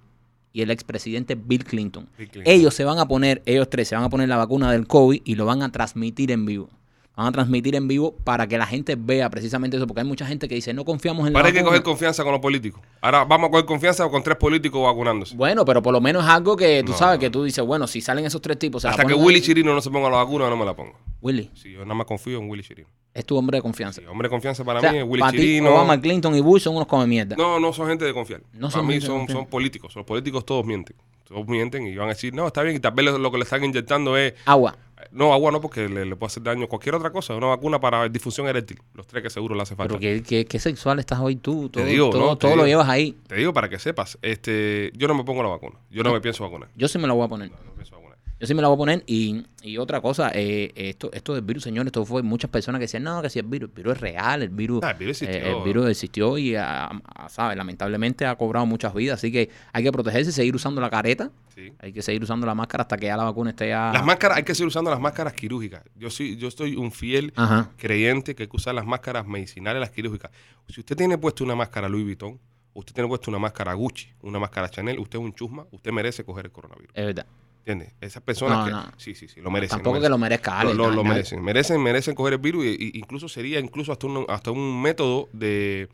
[SPEAKER 2] y el expresidente Bill Clinton.
[SPEAKER 1] Bill Clinton.
[SPEAKER 2] Ellos se van a poner, ellos tres se van a poner la vacuna del COVID y lo van a transmitir en vivo. Van a transmitir en vivo para que la gente vea precisamente eso, porque hay mucha gente que dice, no confiamos en la
[SPEAKER 1] Para que
[SPEAKER 2] vacuna".
[SPEAKER 1] coger confianza con los políticos. Ahora vamos a coger confianza con tres políticos vacunándose.
[SPEAKER 2] Bueno, pero por lo menos es algo que tú
[SPEAKER 1] No,
[SPEAKER 2] sabes,
[SPEAKER 1] no.
[SPEAKER 2] que tú dices, bueno, si salen esos tres tipos... se la
[SPEAKER 1] Hasta que
[SPEAKER 2] ponen a-
[SPEAKER 1] Willy Chirino no se ponga la vacuna, no me la pongo.
[SPEAKER 2] Willy,
[SPEAKER 1] Si yo nada más confío en Willy Chirino.
[SPEAKER 2] es tu hombre de confianza.
[SPEAKER 1] Si hombre de confianza para
[SPEAKER 2] O sea,
[SPEAKER 1] mí es Willy
[SPEAKER 2] para ti,
[SPEAKER 1] Chirino.
[SPEAKER 2] Obama, Clinton y Bush son unos come mierda.
[SPEAKER 1] No, no son gente de confiar.
[SPEAKER 2] No
[SPEAKER 1] Para
[SPEAKER 2] son
[SPEAKER 1] mí
[SPEAKER 2] gente de
[SPEAKER 1] son,
[SPEAKER 2] confiar.
[SPEAKER 1] son políticos. Los políticos todos mienten. Todos mienten y van a decir, no, está bien. Y tal vez lo, lo que le están inyectando es,
[SPEAKER 2] Agua.
[SPEAKER 1] no, agua no, porque le, le puede hacer daño. Cualquier otra cosa, una vacuna para disfunción eréctil. Los tres que seguro le hace falta.
[SPEAKER 2] Pero qué, qué- qué sexual estás hoy tú.
[SPEAKER 1] Te
[SPEAKER 2] Todo,
[SPEAKER 1] digo,
[SPEAKER 2] todo,
[SPEAKER 1] ¿no? Te
[SPEAKER 2] todo lo
[SPEAKER 1] digo.
[SPEAKER 2] llevas ahí.
[SPEAKER 1] Te digo para que sepas, este, yo no me pongo la vacuna. Yo no me pienso vacunar.
[SPEAKER 2] Yo sí me lo voy a poner.
[SPEAKER 1] No me pienso vacunar.
[SPEAKER 2] Yo sí me la voy a poner. Y, y otra cosa, eh, esto, esto del virus, señores, esto fue muchas personas que decían, no, que si el virus, el virus es real, el virus,
[SPEAKER 1] Ah, el virus
[SPEAKER 2] eh,
[SPEAKER 1] existió.
[SPEAKER 2] el virus existió y, ah, ah, ¿sabes? Lamentablemente ha cobrado muchas vidas. Así que hay que protegerse, seguir usando la careta,
[SPEAKER 1] Sí.
[SPEAKER 2] hay que seguir usando la máscara hasta que ya la vacuna esté a...
[SPEAKER 1] Las máscaras, hay que seguir usando las máscaras quirúrgicas. Yo sí, yo estoy un fiel
[SPEAKER 2] Ajá.
[SPEAKER 1] creyente que hay que usar las máscaras medicinales, las quirúrgicas. Si usted tiene puesto una máscara Louis Vuitton, usted tiene puesto una máscara Gucci, una máscara Chanel, usted es un chusma, usted merece coger el coronavirus.
[SPEAKER 2] Es verdad.
[SPEAKER 1] ¿Entiendes? Esas personas
[SPEAKER 2] No,
[SPEAKER 1] que
[SPEAKER 2] no.
[SPEAKER 1] sí, sí, sí, lo merecen.
[SPEAKER 2] Tampoco que
[SPEAKER 1] merecen.
[SPEAKER 2] lo merezca, Ale.
[SPEAKER 1] Lo, lo-
[SPEAKER 2] na-
[SPEAKER 1] lo
[SPEAKER 2] na-
[SPEAKER 1] merecen, merecen, merecen coger el virus y, y incluso sería incluso hasta un, hasta un método de,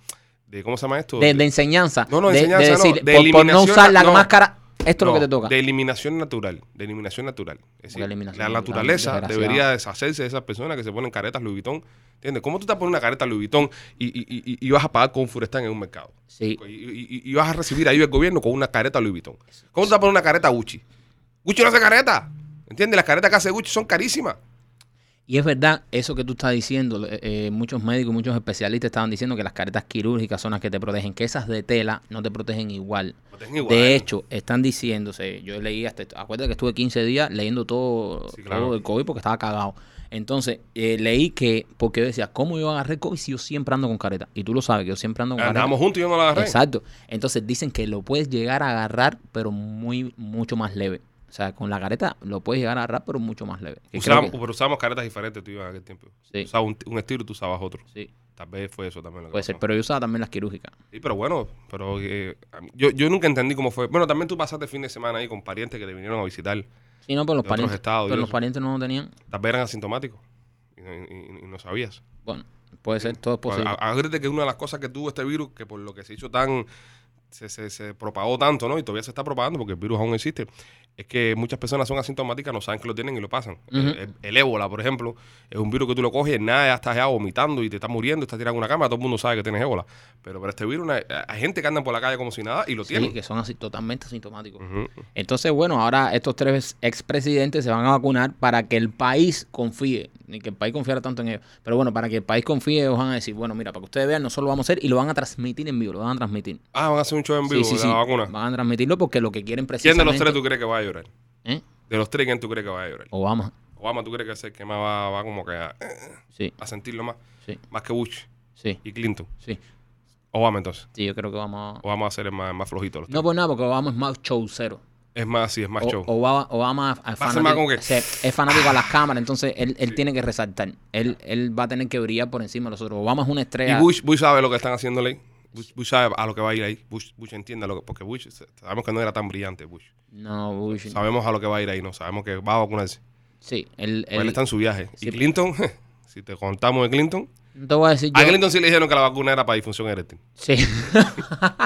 [SPEAKER 1] de ¿cómo se llama esto?
[SPEAKER 2] de, de enseñanza.
[SPEAKER 1] No, no,
[SPEAKER 2] de, de
[SPEAKER 1] enseñanza no,
[SPEAKER 2] decir,
[SPEAKER 1] de
[SPEAKER 2] por, por no
[SPEAKER 1] eliminación,
[SPEAKER 2] usar la
[SPEAKER 1] no.
[SPEAKER 2] máscara, esto es lo que
[SPEAKER 1] No,
[SPEAKER 2] te toca.
[SPEAKER 1] De eliminación natural. De eliminación natural. Es decir,
[SPEAKER 2] eliminación
[SPEAKER 1] la
[SPEAKER 2] natural,
[SPEAKER 1] naturaleza
[SPEAKER 2] desgraciado.
[SPEAKER 1] debería deshacerse de esas personas que se ponen caretas Louis Vuitton. ¿Entiendes? ¿Cómo tú te pones una careta Louis Vuitton y, y- y- y- y vas a pagar con Furestan en un mercado?
[SPEAKER 2] Sí.
[SPEAKER 1] Y, y- y- y vas a recibir ayuda del gobierno con una careta Louis Vuitton. ¿Cómo tú te pones una careta Gucci? Gucci no hace careta. ¿Entiendes? Las caretas que hace Gucci son carísimas.
[SPEAKER 2] Y es verdad, eso que tú estás diciendo, eh, eh, muchos médicos, muchos especialistas estaban diciendo que las caretas quirúrgicas son las que te protegen, que esas de tela no te protegen igual.
[SPEAKER 1] Protegen Pues igual. ¿eh?
[SPEAKER 2] De hecho, están diciéndose, yo leí hasta, acuérdate que estuve 15 días leyendo todo,
[SPEAKER 1] Sí, claro.
[SPEAKER 2] todo el COVID porque estaba cagado. Entonces, eh, leí que, porque yo decía, ¿cómo yo agarré COVID si yo siempre ando con careta? Y tú lo sabes, que yo siempre ando con careta.
[SPEAKER 1] Andábamos juntos y yo no la agarré.
[SPEAKER 2] Exacto. Entonces dicen que lo puedes llegar a agarrar, pero muy mucho más leve. O sea, con la careta lo puedes llegar a agarrar, pero mucho más leve. Que creo
[SPEAKER 1] Usábamos,
[SPEAKER 2] que-
[SPEAKER 1] Pero usábamos caretas diferentes tú y yo en aquel tiempo.
[SPEAKER 2] Sí.
[SPEAKER 1] Usaba un, un estilo y tú usabas otro.
[SPEAKER 2] sí,
[SPEAKER 1] Tal vez fue eso también lo que
[SPEAKER 2] puede ser.
[SPEAKER 1] pasó.
[SPEAKER 2] Pero yo usaba también las quirúrgicas.
[SPEAKER 1] Sí, pero bueno, pero eh, a mí- yo, yo nunca entendí cómo fue. Bueno, también tú pasaste fin de semana ahí con parientes que te vinieron a visitar.
[SPEAKER 2] Sí, no, pero los
[SPEAKER 1] De otros
[SPEAKER 2] parientes,
[SPEAKER 1] estados y
[SPEAKER 2] pero los
[SPEAKER 1] eso.
[SPEAKER 2] parientes no lo tenían.
[SPEAKER 1] Tal vez eran asintomáticos y no, y- y no sabías. Pues,
[SPEAKER 2] Bueno, puede ser, todo es posible.
[SPEAKER 1] A- a- Acuérdate que una de las cosas que tuvo este virus, que por lo que se hizo tan. Se, se, se propagó tanto, ¿no? Y todavía se está propagando porque el virus aún existe. Es que muchas personas son asintomáticas, no saben que lo tienen y lo pasan.
[SPEAKER 2] Ujú.
[SPEAKER 1] el, el ébola, por ejemplo, es un virus que tú lo coges, nada, ya estás ya vomitando y te estás muriendo, estás tirando en una cama, todo el mundo sabe que tienes ébola. Pero para este virus, una- hay gente que andan por la calle como si nada y lo
[SPEAKER 2] Sí,
[SPEAKER 1] tienen.
[SPEAKER 2] que son así totalmente asintomáticos.
[SPEAKER 1] Ujú.
[SPEAKER 2] Entonces, bueno, ahora estos tres expresidentes se van a vacunar para que el país confíe, ni que el país confiara tanto en ellos, pero bueno, para que el país confíe, ellos van a decir, bueno, mira, para que ustedes vean, nosotros lo vamos a hacer y lo van a transmitir en vivo, lo van a transmitir.
[SPEAKER 1] Ah, van a hacer un show en
[SPEAKER 2] Sí,
[SPEAKER 1] vivo
[SPEAKER 2] sí,
[SPEAKER 1] de
[SPEAKER 2] sí.
[SPEAKER 1] la vacuna.
[SPEAKER 2] Van a transmitirlo porque lo que quieren
[SPEAKER 1] ¿Quién
[SPEAKER 2] precisamente...
[SPEAKER 1] de los tres tú crees que va a llorar?
[SPEAKER 2] ¿Eh?
[SPEAKER 1] De los tres, ¿quién tú crees que va a llorar?
[SPEAKER 2] Obama.
[SPEAKER 1] Obama, ¿tú crees que es el que más va, va como que a, eh,
[SPEAKER 2] Sí,
[SPEAKER 1] a sentirlo más?
[SPEAKER 2] sí,
[SPEAKER 1] Más que Bush
[SPEAKER 2] sí,
[SPEAKER 1] y Clinton.
[SPEAKER 2] sí.
[SPEAKER 1] Obama, entonces.
[SPEAKER 2] Sí, yo creo que vamos a...
[SPEAKER 1] Obama va a ser el más, más flojito. de los
[SPEAKER 2] No por nada, porque Obama es más showcero.
[SPEAKER 1] tres. Es más, sí, es más
[SPEAKER 2] O-
[SPEAKER 1] show.
[SPEAKER 2] Obama, Obama es,
[SPEAKER 1] a ser más como
[SPEAKER 2] fanático,
[SPEAKER 1] que-
[SPEAKER 2] o sea, es fanático a las cámaras, entonces él, él tiene que resaltar. Él, él va a tener que brillar por encima de los otros. Obama es una
[SPEAKER 1] y
[SPEAKER 2] estrella.
[SPEAKER 1] Bush, Bush sabe lo que están haciéndole ahí. Bush, Bush sabe a lo que va a ir ahí. Bush, Bush entiende lo que. Porque Bush, sabemos que no era tan brillante, Bush.
[SPEAKER 2] No, Bush.
[SPEAKER 1] Sabemos a lo que va a ir ahí, ¿no? Sabemos que va a vacunarse.
[SPEAKER 2] Sí, él,
[SPEAKER 1] Pues Él,
[SPEAKER 2] él-
[SPEAKER 1] está en su viaje.
[SPEAKER 2] Sí.
[SPEAKER 1] Y Clinton, si te contamos de Clinton.
[SPEAKER 2] no te voy a decir
[SPEAKER 1] A
[SPEAKER 2] yo.
[SPEAKER 1] Clinton sí le dijeron que la vacuna era para disfunción eréctil.
[SPEAKER 2] Sí,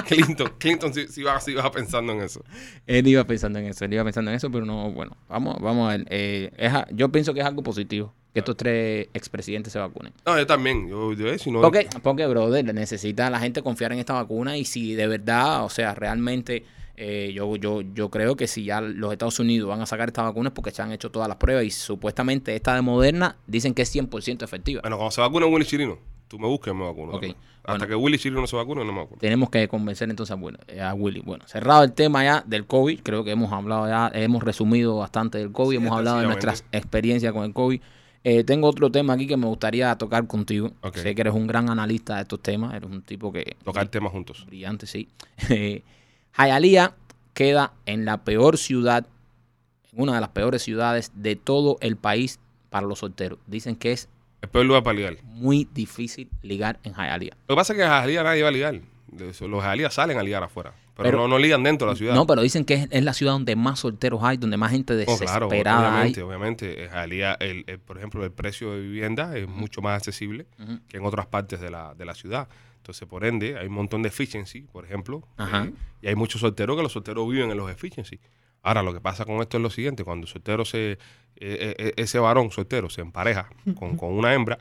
[SPEAKER 1] Clinton, Clinton sí, sí va, sí va pensando en eso.
[SPEAKER 2] él iba pensando en eso, él iba pensando en eso, pero no, bueno, vamos, vamos a ver. Eh, es a- yo pienso que es algo positivo que estos tres expresidentes se vacunen.
[SPEAKER 1] No, yo también. Yo, yo eh, si no,
[SPEAKER 2] Porque, porque, brother, necesita la gente confiar en esta vacuna y si de verdad, o sea, realmente Eh, yo, yo, yo creo que si ya los Estados Unidos van a sacar estas vacunas porque se han hecho todas las pruebas y supuestamente esta de Moderna dicen que es 100% efectiva.
[SPEAKER 1] Bueno, cuando se vacuna Willy Chirino, tú me buscas y me vacuno.
[SPEAKER 2] Ok,
[SPEAKER 1] también. Hasta
[SPEAKER 2] bueno.
[SPEAKER 1] que Willy Chirino no se vacune, no me vacuno.
[SPEAKER 2] Tenemos que convencer entonces a, Will- eh, a Willy. Bueno, cerrado el tema ya del COVID, creo que hemos hablado ya, hemos resumido bastante del COVID,
[SPEAKER 1] Sí,
[SPEAKER 2] hemos hablado de
[SPEAKER 1] sencillamente.
[SPEAKER 2] nuestras experiencias con el COVID. Eh, tengo otro tema aquí que me gustaría tocar contigo.
[SPEAKER 1] Ok.
[SPEAKER 2] Sé que eres un gran analista de estos temas, eres un tipo que...
[SPEAKER 1] Tocar temas juntos.
[SPEAKER 2] Brillante, sí. Hialeah queda en la peor ciudad, en una de las peores ciudades de todo el país para los solteros. Dicen que es
[SPEAKER 1] El peor lugar para ligar.
[SPEAKER 2] muy difícil ligar en Hialeah.
[SPEAKER 1] Lo que pasa es que a Jalía nadie va a ligar. De eso, Los Jalías salen a ligar afuera. Pero,
[SPEAKER 2] Pero-
[SPEAKER 1] no, no ligan dentro de la ciudad.
[SPEAKER 2] No, pero dicen que es, es la ciudad donde más solteros hay, donde más gente
[SPEAKER 1] No, Oh, claro,
[SPEAKER 2] desesperada hay.
[SPEAKER 1] obviamente, obviamente. En Jalía, el, el- por ejemplo, el precio de vivienda es mucho más accesible
[SPEAKER 2] Ujú.
[SPEAKER 1] que en otras partes de la, de la ciudad. Entonces, por ende, hay un montón de efficiency, por ejemplo.
[SPEAKER 2] Ajá.
[SPEAKER 1] eh, y hay muchos solteros que los solteros viven en los efficiency. Ahora, lo que pasa con esto es lo siguiente. Cuando el soltero se... eh, eh, eh, ese varón soltero se empareja con, con una hembra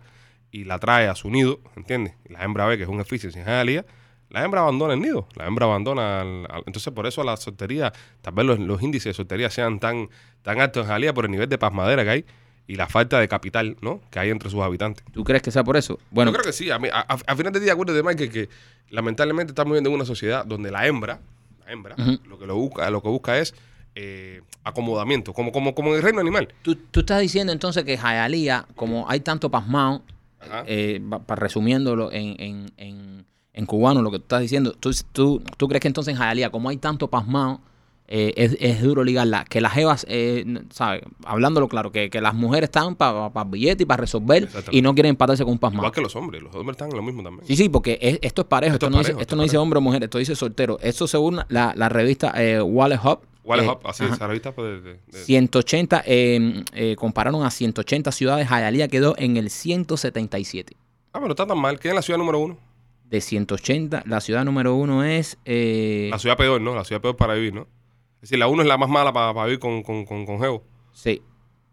[SPEAKER 1] y la trae a su nido, ¿entiendes? Y la hembra ve que es un efficiency en Jalía. La hembra abandona el nido, la hembra abandona. al- al- entonces, por eso la soltería, tal vez los, los índices de soltería sean tan, tan altos en Jalía por el nivel de pasmadera que hay y la falta de capital ¿no? que hay entre sus habitantes.
[SPEAKER 2] ¿Tú crees que sea por eso? Bueno,
[SPEAKER 1] Yo creo que sí. A, mí- a- a- al final del día, acuérdate, Michael, que lamentablemente estamos viviendo en una sociedad donde la hembra, la hembra,
[SPEAKER 2] Ujú.
[SPEAKER 1] lo que lo busca, lo que busca es eh, acomodamiento, como, como, como en el reino animal.
[SPEAKER 2] tú, tú estás diciendo entonces que Hialeah, como hay tanto pasmado,
[SPEAKER 1] Ajá.
[SPEAKER 2] eh, pa- pa- resumiéndolo en, en- en- en cubano, lo que tú estás diciendo, ¿tú, tú, tú crees que entonces en Hialeah, como hay tanto pasmado, eh, es, es duro ligarla? Que las jevas, eh, n- ¿sabes? Hablándolo claro, que, que las mujeres están para billete y para resolver
[SPEAKER 1] Exactamente.
[SPEAKER 2] y no quieren empatarse con un pasmado.
[SPEAKER 1] Igual que los hombres, los hombres están en lo mismo también.
[SPEAKER 2] Sí, sí, porque es- esto es parejo.
[SPEAKER 1] Esto
[SPEAKER 2] Esto,
[SPEAKER 1] es
[SPEAKER 2] no,
[SPEAKER 1] parejo,
[SPEAKER 2] dice, esto
[SPEAKER 1] esto
[SPEAKER 2] no
[SPEAKER 1] es
[SPEAKER 2] dice hombre o mujer, esto dice soltero. Eso según la, la revista eh, Wallet Hub.
[SPEAKER 1] Wallet
[SPEAKER 2] eh,
[SPEAKER 1] Hub, así
[SPEAKER 2] ajá.
[SPEAKER 1] esa revista pues, de- de- de-
[SPEAKER 2] 180, eh, eh, compararon a 180 ciudades. Hialeah quedó en el 177.
[SPEAKER 1] Ah, pero está tan mal. ¿Quién es la ciudad número uno?
[SPEAKER 2] De 180, la ciudad número uno es. eh,
[SPEAKER 1] La ciudad peor, ¿no? La ciudad peor para vivir, ¿no? Es decir, la uno es la más mala para, para vivir con, con, con, con Geo.
[SPEAKER 2] sí,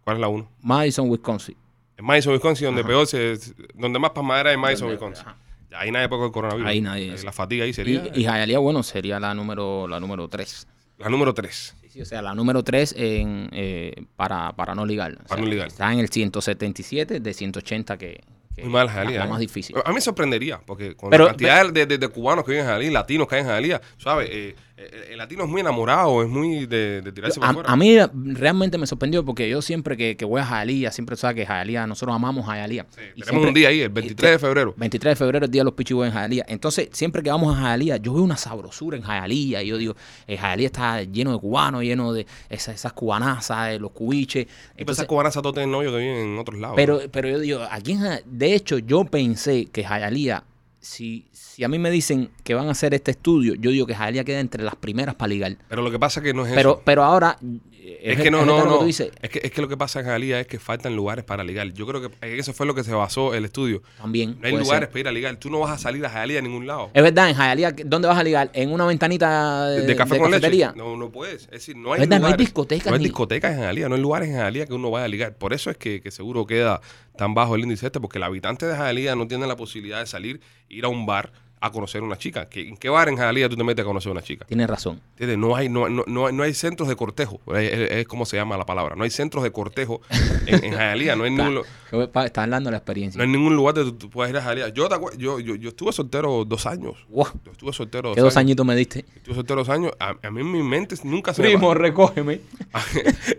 [SPEAKER 1] ¿Cuál es la uno?
[SPEAKER 2] Madison, Wisconsin.
[SPEAKER 1] En Madison, Wisconsin, donde
[SPEAKER 2] Ajá.
[SPEAKER 1] peor se, donde más pasmadera hay en Madison,
[SPEAKER 2] Donde-
[SPEAKER 1] Wisconsin.
[SPEAKER 2] ajá.
[SPEAKER 1] Ahí nadie puede con el coronavirus.
[SPEAKER 2] Ahí nadie,
[SPEAKER 1] Eh,
[SPEAKER 2] sí.
[SPEAKER 1] La fatiga ahí
[SPEAKER 2] Y,
[SPEAKER 1] sería
[SPEAKER 2] y Hialeah, bueno, sería la número la número 3.
[SPEAKER 1] la número tres.
[SPEAKER 2] o sea, la número 3 en, eh, para, para no ligar. O
[SPEAKER 1] Para
[SPEAKER 2] sea,
[SPEAKER 1] no ligar.
[SPEAKER 2] Está en el 177 de 180 que. que
[SPEAKER 1] Muy mala
[SPEAKER 2] la-
[SPEAKER 1] Jalía.
[SPEAKER 2] La
[SPEAKER 1] ¿eh?
[SPEAKER 2] más difícil.
[SPEAKER 1] A mí me sorprendería, porque con
[SPEAKER 2] Pero-
[SPEAKER 1] la cantidad de, de- de cubanos que viven en Jalía, latinos que hay en Jalía, ¿sabes? Eh, eh, el latino es muy enamorado, es muy de, de tirarse
[SPEAKER 2] Yo-
[SPEAKER 1] para
[SPEAKER 2] a,
[SPEAKER 1] afuera.
[SPEAKER 2] a mí realmente me sorprendió porque yo siempre que, que voy a Jalía, siempre sabes que Jalía, nosotros amamos Jalía.
[SPEAKER 1] Sí,
[SPEAKER 2] Y
[SPEAKER 1] Eh, tenemos
[SPEAKER 2] siempre- este
[SPEAKER 1] un día ahí, el 23 de febrero.
[SPEAKER 2] 23 de febrero, el día de los pichiboy en Jalía. Entonces, siempre que vamos a Jalía, yo veo una sabrosura en Jalía. Y yo digo, eh, Jalía está lleno de cubanos, lleno de esas, esas cubanazas, de los cubiches.
[SPEAKER 1] Y pensás
[SPEAKER 2] Entonces,
[SPEAKER 1] cubanas a todos tienen novios que viven en otros lados.
[SPEAKER 2] pero,
[SPEAKER 1] ¿no?
[SPEAKER 2] pero yo digo, aquí en Ja- de hecho, yo pensé que Jalía, si, si a mí me dicen que van a hacer este estudio, yo digo que Jalía queda entre las primeras para ligar.
[SPEAKER 1] Pero lo que pasa es que no es
[SPEAKER 2] Pero,
[SPEAKER 1] eso.
[SPEAKER 2] pero ahora. eh,
[SPEAKER 1] Es, que no,
[SPEAKER 2] es
[SPEAKER 1] no,
[SPEAKER 2] lo que
[SPEAKER 1] no.
[SPEAKER 2] tú
[SPEAKER 1] Es
[SPEAKER 2] dices.
[SPEAKER 1] que, es que lo que pasa en Jalía es que faltan lugares para ligar. Yo creo que en eso fue lo que se basó el estudio.
[SPEAKER 2] También.
[SPEAKER 1] No hay
[SPEAKER 2] puede ser.
[SPEAKER 1] lugares para ir a ligar. Tú no vas a salir a Jalía a ningún lado.
[SPEAKER 2] Es verdad, en Hialeah, ¿dónde vas a ligar? ¿En una ventanita de,
[SPEAKER 1] de, de café con
[SPEAKER 2] cafetería?
[SPEAKER 1] leche. No, no puedes. Es decir, no hay
[SPEAKER 2] ¿Verdad? No hay
[SPEAKER 1] lugares.
[SPEAKER 2] discotecas
[SPEAKER 1] No hay
[SPEAKER 2] ni-
[SPEAKER 1] discotecas en Jalía. No hay lugares en Jalía que uno vaya a ligar. Por eso es que, que seguro queda tan bajo el índice este, porque el habitante de Jalía no tiene la posibilidad de salir, ir a un bar a conocer una chica. ¿Qué- ¿En qué bar en Jalía tú te metes a conocer una chica?
[SPEAKER 2] Tienes razón.
[SPEAKER 1] ¿Entiendes? No hay, no, no, no hay, no hay centros de cortejo. Es, es- es como se llama la palabra. No hay centros de cortejo en, en Jalía. No hay ningún... lu-
[SPEAKER 2] Yo- pa- Está hablando de la experiencia.
[SPEAKER 1] No hay ningún lugar donde tú puedas ir a Jalía. Yo, te acuer- yo, yo, yo estuve soltero dos años.
[SPEAKER 2] Wow,
[SPEAKER 1] Yo estuve soltero dos,
[SPEAKER 2] ¿Qué dos
[SPEAKER 1] años.
[SPEAKER 2] añitos me diste?
[SPEAKER 1] Estuve soltero dos años. A, a mí en mi mente nunca se me
[SPEAKER 2] Primo, recógeme.
[SPEAKER 1] a,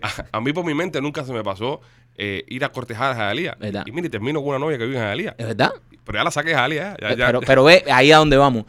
[SPEAKER 1] a- a mí por mi mente nunca se me pasó eh, ir a cortejar a Jalía.
[SPEAKER 2] ¿Verdad?
[SPEAKER 1] Y mire, termino con una novia que vive en Jalía.
[SPEAKER 2] ¿Es verdad?
[SPEAKER 1] Pero ya la saqué de Jalía. Ya, ya,
[SPEAKER 2] pero,
[SPEAKER 1] ya.
[SPEAKER 2] pero ve ahí a donde vamos.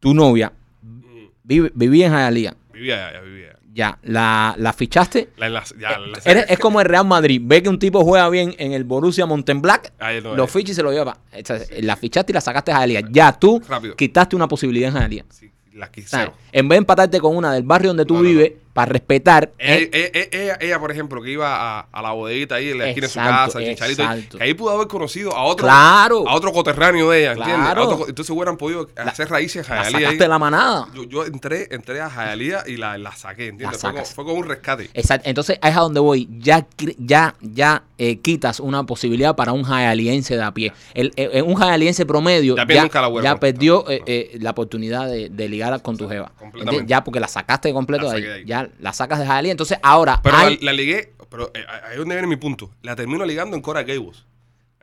[SPEAKER 2] Tu novia
[SPEAKER 1] Mm,
[SPEAKER 2] vive- vivía en Hialeah.
[SPEAKER 1] Vivía ya, ya vivía ya.
[SPEAKER 2] Ya, la, la fichaste.
[SPEAKER 1] La, la- ya, la-
[SPEAKER 2] Eres- es como el Real Madrid. Ve que un tipo juega bien en el Borussia Montenblack.
[SPEAKER 1] Ay, no,
[SPEAKER 2] lo
[SPEAKER 1] eh,
[SPEAKER 2] ficha y se lo lleva. pa- o sea, La fichaste y la sacaste a Hialeah. Ya tú
[SPEAKER 1] Rápido.
[SPEAKER 2] quitaste una posibilidad en Hialeah.
[SPEAKER 1] sí, la quise.
[SPEAKER 2] ¿Sabes? En vez de empatarte con una del barrio donde tú
[SPEAKER 1] No, no,
[SPEAKER 2] vives, para respetar.
[SPEAKER 1] Ella,
[SPEAKER 2] ¿eh?
[SPEAKER 1] ella- ella- ella, por ejemplo, que iba a, a la bodeguita ahí en la esquina de su
[SPEAKER 2] Exacto,
[SPEAKER 1] casa, el Chicharito,
[SPEAKER 2] exacto.
[SPEAKER 1] que ahí pudo haber conocido a otro,
[SPEAKER 2] Claro.
[SPEAKER 1] a otro coterráneo de ella, ¿entiendes?
[SPEAKER 2] Claro.
[SPEAKER 1] A otro- entonces hubieran podido hacer raíces en
[SPEAKER 2] La
[SPEAKER 1] Jayalía. ahí.
[SPEAKER 2] sacaste de la manada.
[SPEAKER 1] Yo, yo entré, entré a Jayalía y la, la saqué, ¿entiendes?
[SPEAKER 2] La
[SPEAKER 1] fue, con,
[SPEAKER 2] sacas.
[SPEAKER 1] fue con un rescate.
[SPEAKER 2] Exacto. Entonces, ahí es a donde voy. Ya, cre- ya, ya eh, quitas una posibilidad para un jayaliense de a pie. El, eh, eh, un jayaliense promedio
[SPEAKER 1] Ya
[SPEAKER 2] ya,
[SPEAKER 1] pierde un calagüero.
[SPEAKER 2] ya perdió eh,
[SPEAKER 1] Ah.
[SPEAKER 2] eh, la oportunidad de, de ligar con tu jeva.
[SPEAKER 1] completamente.
[SPEAKER 2] ¿Entiendes? Ya porque la sacaste de completo
[SPEAKER 1] La
[SPEAKER 2] de ahí.
[SPEAKER 1] saqué de ahí.
[SPEAKER 2] Ya la sacas de jayalía. Entonces, ahora
[SPEAKER 1] Pero
[SPEAKER 2] hay-
[SPEAKER 1] la, la ligué, pero eh, ahí es donde viene mi punto. La termino ligando en Cora Gables.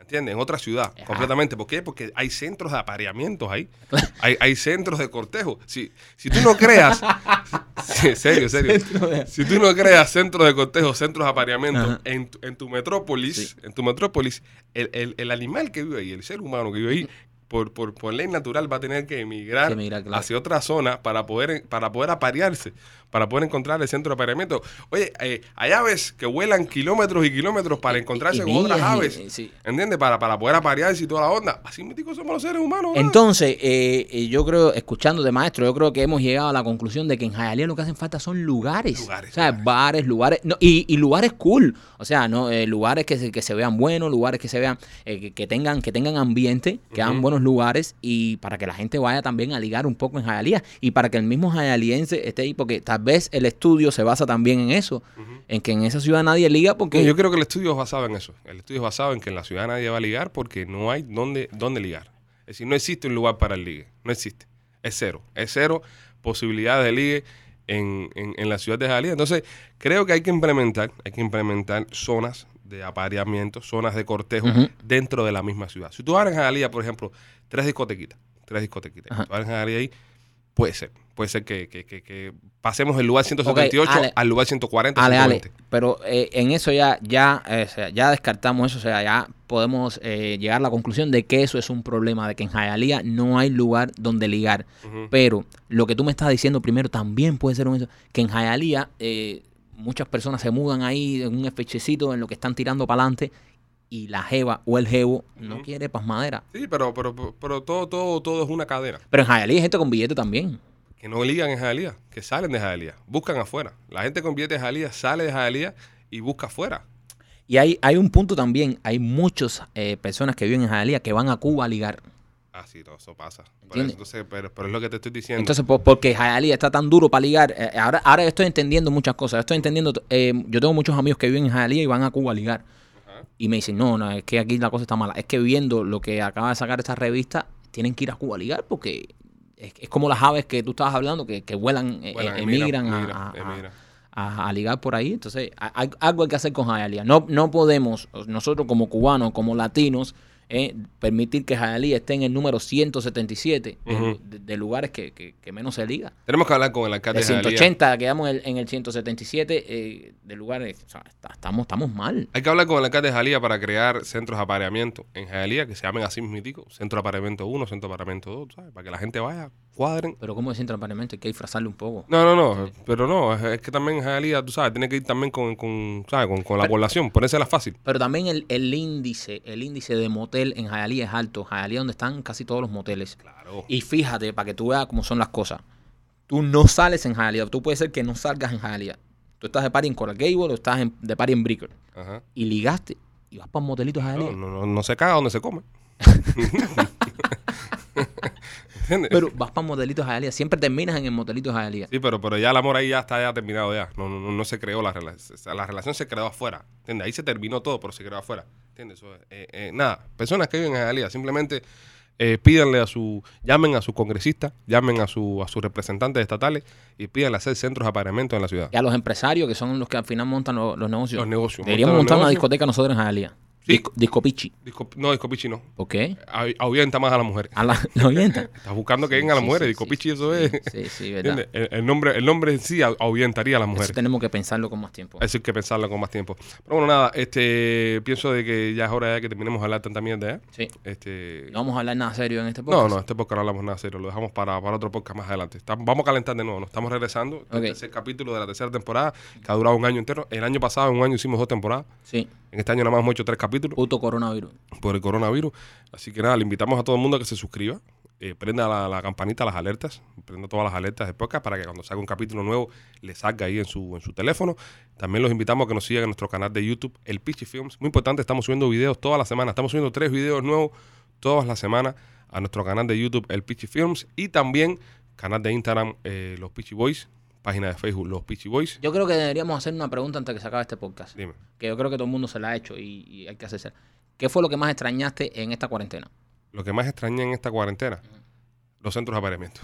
[SPEAKER 1] ¿Entiendes? En otra ciudad,
[SPEAKER 2] Ajá.
[SPEAKER 1] completamente. ¿Por qué? Porque hay centros de apareamientos ahí. Hay, hay centros de cortejo. Si, si tú no creas. Sí, serio, serio.
[SPEAKER 2] Centro de-
[SPEAKER 1] Si tú no creas centros de cortejo, centros de apareamiento,
[SPEAKER 2] Ajá.
[SPEAKER 1] en, tu- en tu metrópolis,
[SPEAKER 2] Sí.
[SPEAKER 1] en tu metrópolis, el, el- el animal que vive ahí, el ser humano que vive ahí, por, por, por ley natural va a tener que emigrar
[SPEAKER 2] Que emigrar, claro.
[SPEAKER 1] hacia otra zona para poder, para poder aparearse, para poder encontrar el centro de apareamiento. Oye, eh, hay aves que vuelan kilómetros y kilómetros para encontrarse
[SPEAKER 2] Eh, y
[SPEAKER 1] con otras
[SPEAKER 2] millas y- eh,
[SPEAKER 1] aves.
[SPEAKER 2] y- sí.
[SPEAKER 1] ¿Entiendes? Para, para poder aparearse y toda la onda. Así míticos somos los seres humanos. ¿verdad?
[SPEAKER 2] Entonces, eh, eh, yo creo, escuchándote, maestro, yo creo que hemos llegado a la conclusión de que en Jayalía lo que hacen falta son lugares.
[SPEAKER 1] Lugares,
[SPEAKER 2] O sea,
[SPEAKER 1] lugares.
[SPEAKER 2] bares, lugares. no, y, y lugares cool. O sea, no Eh, lugares que se, que se vean buenos, lugares que se vean, eh, que, que tengan, que tengan ambiente, que hagan
[SPEAKER 1] Ujú.
[SPEAKER 2] buenos lugares y para que la gente vaya también a ligar un poco en Jayalía y para que el mismo jayaliense esté ahí, porque tal vez el estudio se basa también en eso,
[SPEAKER 1] Ujú.
[SPEAKER 2] en que en esa ciudad nadie liga porque...
[SPEAKER 1] No, yo creo que el estudio es basado en eso. El estudio es basado en que en la ciudad nadie va a ligar porque no hay dónde, dónde ligar. Es decir, no existe un lugar para el ligue. No existe. Es cero. Es cero posibilidades de ligue en, en- en la ciudad de Jalía. Entonces, creo que hay que implementar, hay que implementar zonas de apareamiento, zonas de cortejo
[SPEAKER 2] Ujú.
[SPEAKER 1] dentro de la misma ciudad. Si tú vas en Jalía, por ejemplo, tres discotequitas, tres discotequitas, y
[SPEAKER 2] Ajá.
[SPEAKER 1] tú vas en Jalía ahí, puede ser. Puede ser que, que- que- que pasemos del lugar 178
[SPEAKER 2] Ale.
[SPEAKER 1] al lugar 140.
[SPEAKER 2] Ale, ale,
[SPEAKER 1] 120.
[SPEAKER 2] pero eh, en eso ya, ya, eh, o sea, ya descartamos eso, o sea, ya podemos eh, llegar a la conclusión de que eso es un problema, de que en Jayalía no hay lugar donde ligar.
[SPEAKER 1] Ujú.
[SPEAKER 2] Pero lo que tú me estás diciendo primero también puede ser un eso, que en Jayalía eh, muchas personas se mudan ahí en un fechecito en lo que están tirando para adelante y la jeva o el jevo no
[SPEAKER 1] Ujú.
[SPEAKER 2] quiere pasmadera.
[SPEAKER 1] Sí, pero, pero, pero todo, todo, todo es una cadena.
[SPEAKER 2] Pero en Jayalía hay gente con billete también.
[SPEAKER 1] Que no ligan en Jalía, que salen de Jalía, buscan afuera. La gente con billetes de Jalía sale de Jalía y busca afuera.
[SPEAKER 2] Y hay, hay un punto también, hay muchas eh, personas que viven en Jayalía que van a Cuba a ligar.
[SPEAKER 1] Así, Ah, todo eso pasa. Por eso,
[SPEAKER 2] ¿Entiendes?
[SPEAKER 1] entonces, pero, pero es lo que te estoy diciendo.
[SPEAKER 2] Entonces, por- porque Jayalía está tan duro para ligar, eh, ahora, ahora estoy entendiendo muchas cosas. Estoy entendiendo, eh, yo tengo muchos amigos que viven en Jayalía y van a Cuba a ligar.
[SPEAKER 1] Ajá.
[SPEAKER 2] Y me dicen, no, no, es que aquí la cosa está mala. Es que viendo lo que acaba de sacar esta revista, tienen que ir a Cuba a ligar porque es, es como las aves que tú estabas hablando, que, que vuelan, eh,
[SPEAKER 1] Vuelan,
[SPEAKER 2] eh,
[SPEAKER 1] emigran,
[SPEAKER 2] emigran, a-
[SPEAKER 1] emigran,
[SPEAKER 2] a, a-
[SPEAKER 1] emigran.
[SPEAKER 2] a- a ligar por ahí. Entonces, a- hay- algo hay que hacer con Jayalía. No, no podemos, nosotros como cubanos, como latinos, eh, permitir que Jayalía esté en el número 177 en-
[SPEAKER 1] Ujú.
[SPEAKER 2] eh, de, de lugares que, que- que menos se liga.
[SPEAKER 1] Tenemos que hablar con el alcalde
[SPEAKER 2] De
[SPEAKER 1] de Jalía.
[SPEAKER 2] 180 quedamos en el, en el 177 eh, de lugares. o sea, está- estamos, estamos mal.
[SPEAKER 1] Hay que hablar con el alcalde de Jalía para crear centros de apareamiento en Jalía que se llamen así mítico. Centro de apareamiento 1, centro de apareamiento 2, ¿sabes? Para que la gente vaya, cuadren.
[SPEAKER 2] Pero como decir transparente, hay que disfrazarlo un poco.
[SPEAKER 1] No, no, no, pero no, es, es que también en Jalía, tú sabes, tiene que ir también con, con, ¿sabes? con, con la población, ponérsela fácil.
[SPEAKER 2] Pero también el, el índice, el índice de motel en Jayalía es alto. Jayalía es donde están casi todos los moteles.
[SPEAKER 1] Claro.
[SPEAKER 2] Y fíjate, para que tú veas cómo son las cosas. Tú no sales en Hialeah. Tú puedes ser que no salgas en Hialeah. Tú estás de party en Coral Gable o estás en- de party en Bricker.
[SPEAKER 1] Ajá.
[SPEAKER 2] Y ligaste y vas para un motelito de
[SPEAKER 1] No,
[SPEAKER 2] Hialeah.
[SPEAKER 1] no, no, no se caga donde se come. ¿Entiendes?
[SPEAKER 2] Pero vas para un motelito de Hialeah. Siempre terminas en el motelito de Hialeah.
[SPEAKER 1] sí, pero, pero ya el amor ahí ya está ya terminado ya. No, no, no, no se creó la relación. La relación se creó afuera. ¿Entiendes? Ahí se terminó todo, pero se creó afuera. ¿Entiendes? Eso es, eh, eh, nada, personas que viven en Jalía, simplemente eh, pídanle a su, llamen a sus congresistas, llamen a su, a sus representantes estatales y pídanle hacer centros de apareamiento en la ciudad.
[SPEAKER 2] Y a los empresarios que son los que al final montan lo- los, negocios.
[SPEAKER 1] Los negocios,
[SPEAKER 2] Deberíamos
[SPEAKER 1] montan los
[SPEAKER 2] montar una
[SPEAKER 1] negocios.
[SPEAKER 2] discoteca nosotros en Hialeah.
[SPEAKER 1] Sí.
[SPEAKER 2] Disco, disco Pichi.
[SPEAKER 1] Disco- no, discopichi no.
[SPEAKER 2] ¿Por qué?
[SPEAKER 1] Ahuyenta más a las mujeres.
[SPEAKER 2] A la, la oyenta.
[SPEAKER 1] Estás buscando que
[SPEAKER 2] Sí,
[SPEAKER 1] vengan las
[SPEAKER 2] sí,
[SPEAKER 1] mujeres.
[SPEAKER 2] sí,
[SPEAKER 1] discopichi,
[SPEAKER 2] sí,
[SPEAKER 1] eso
[SPEAKER 2] sí,
[SPEAKER 1] es.
[SPEAKER 2] Sí, sí, verdad.
[SPEAKER 1] ¿Entiendes? El, el nombre, el nombre en sí a- ahuyentaría a las mujeres.
[SPEAKER 2] Eso tenemos que pensarlo con más tiempo.
[SPEAKER 1] Eso hay que pensarlo con más tiempo. Pero bueno, nada, este pienso de que ya es hora de que terminemos de hablar tanta mierda, ¿eh?
[SPEAKER 2] Sí.
[SPEAKER 1] Este,
[SPEAKER 2] No vamos a hablar nada serio en este
[SPEAKER 1] no,
[SPEAKER 2] podcast.
[SPEAKER 1] no, este podcast no hablamos nada serio, lo dejamos para, para otro podcast más adelante. Está- vamos a calentar de nuevo, nos estamos regresando. Este
[SPEAKER 2] Ok.
[SPEAKER 1] es el tercer capítulo de la tercera temporada, que ha durado un año entero. El año pasado, en un año hicimos dos temporadas.
[SPEAKER 2] Sí.
[SPEAKER 1] En este año nada más hemos hecho tres capítulos
[SPEAKER 2] Puto coronavirus.
[SPEAKER 1] por el coronavirus. Así que nada, le invitamos a todo el mundo a que se suscriba. eh, prenda la, la campanita, las alertas, prenda todas las alertas de podcast para que cuando salga un capítulo nuevo le salga ahí en su, en su teléfono. También los invitamos a que nos sigan en nuestro canal de YouTube, El Pichi Films. Muy importante, estamos subiendo videos todas las semanas. Estamos subiendo tres videos nuevos todas las semanas a nuestro canal de YouTube, El Pichi Films. Y también canal de Instagram, eh, Los Pichi Boys. Página de Facebook, Los Pichi Boys.
[SPEAKER 2] Yo creo que deberíamos hacer una pregunta antes de que se acabe este podcast.
[SPEAKER 1] Dime.
[SPEAKER 2] Que yo creo que todo el mundo se la ha hecho y, y hay que hacerse. ¿Qué fue lo que más extrañaste en esta cuarentena?
[SPEAKER 1] Lo que más extrañé en esta cuarentena, los centros de apareamiento.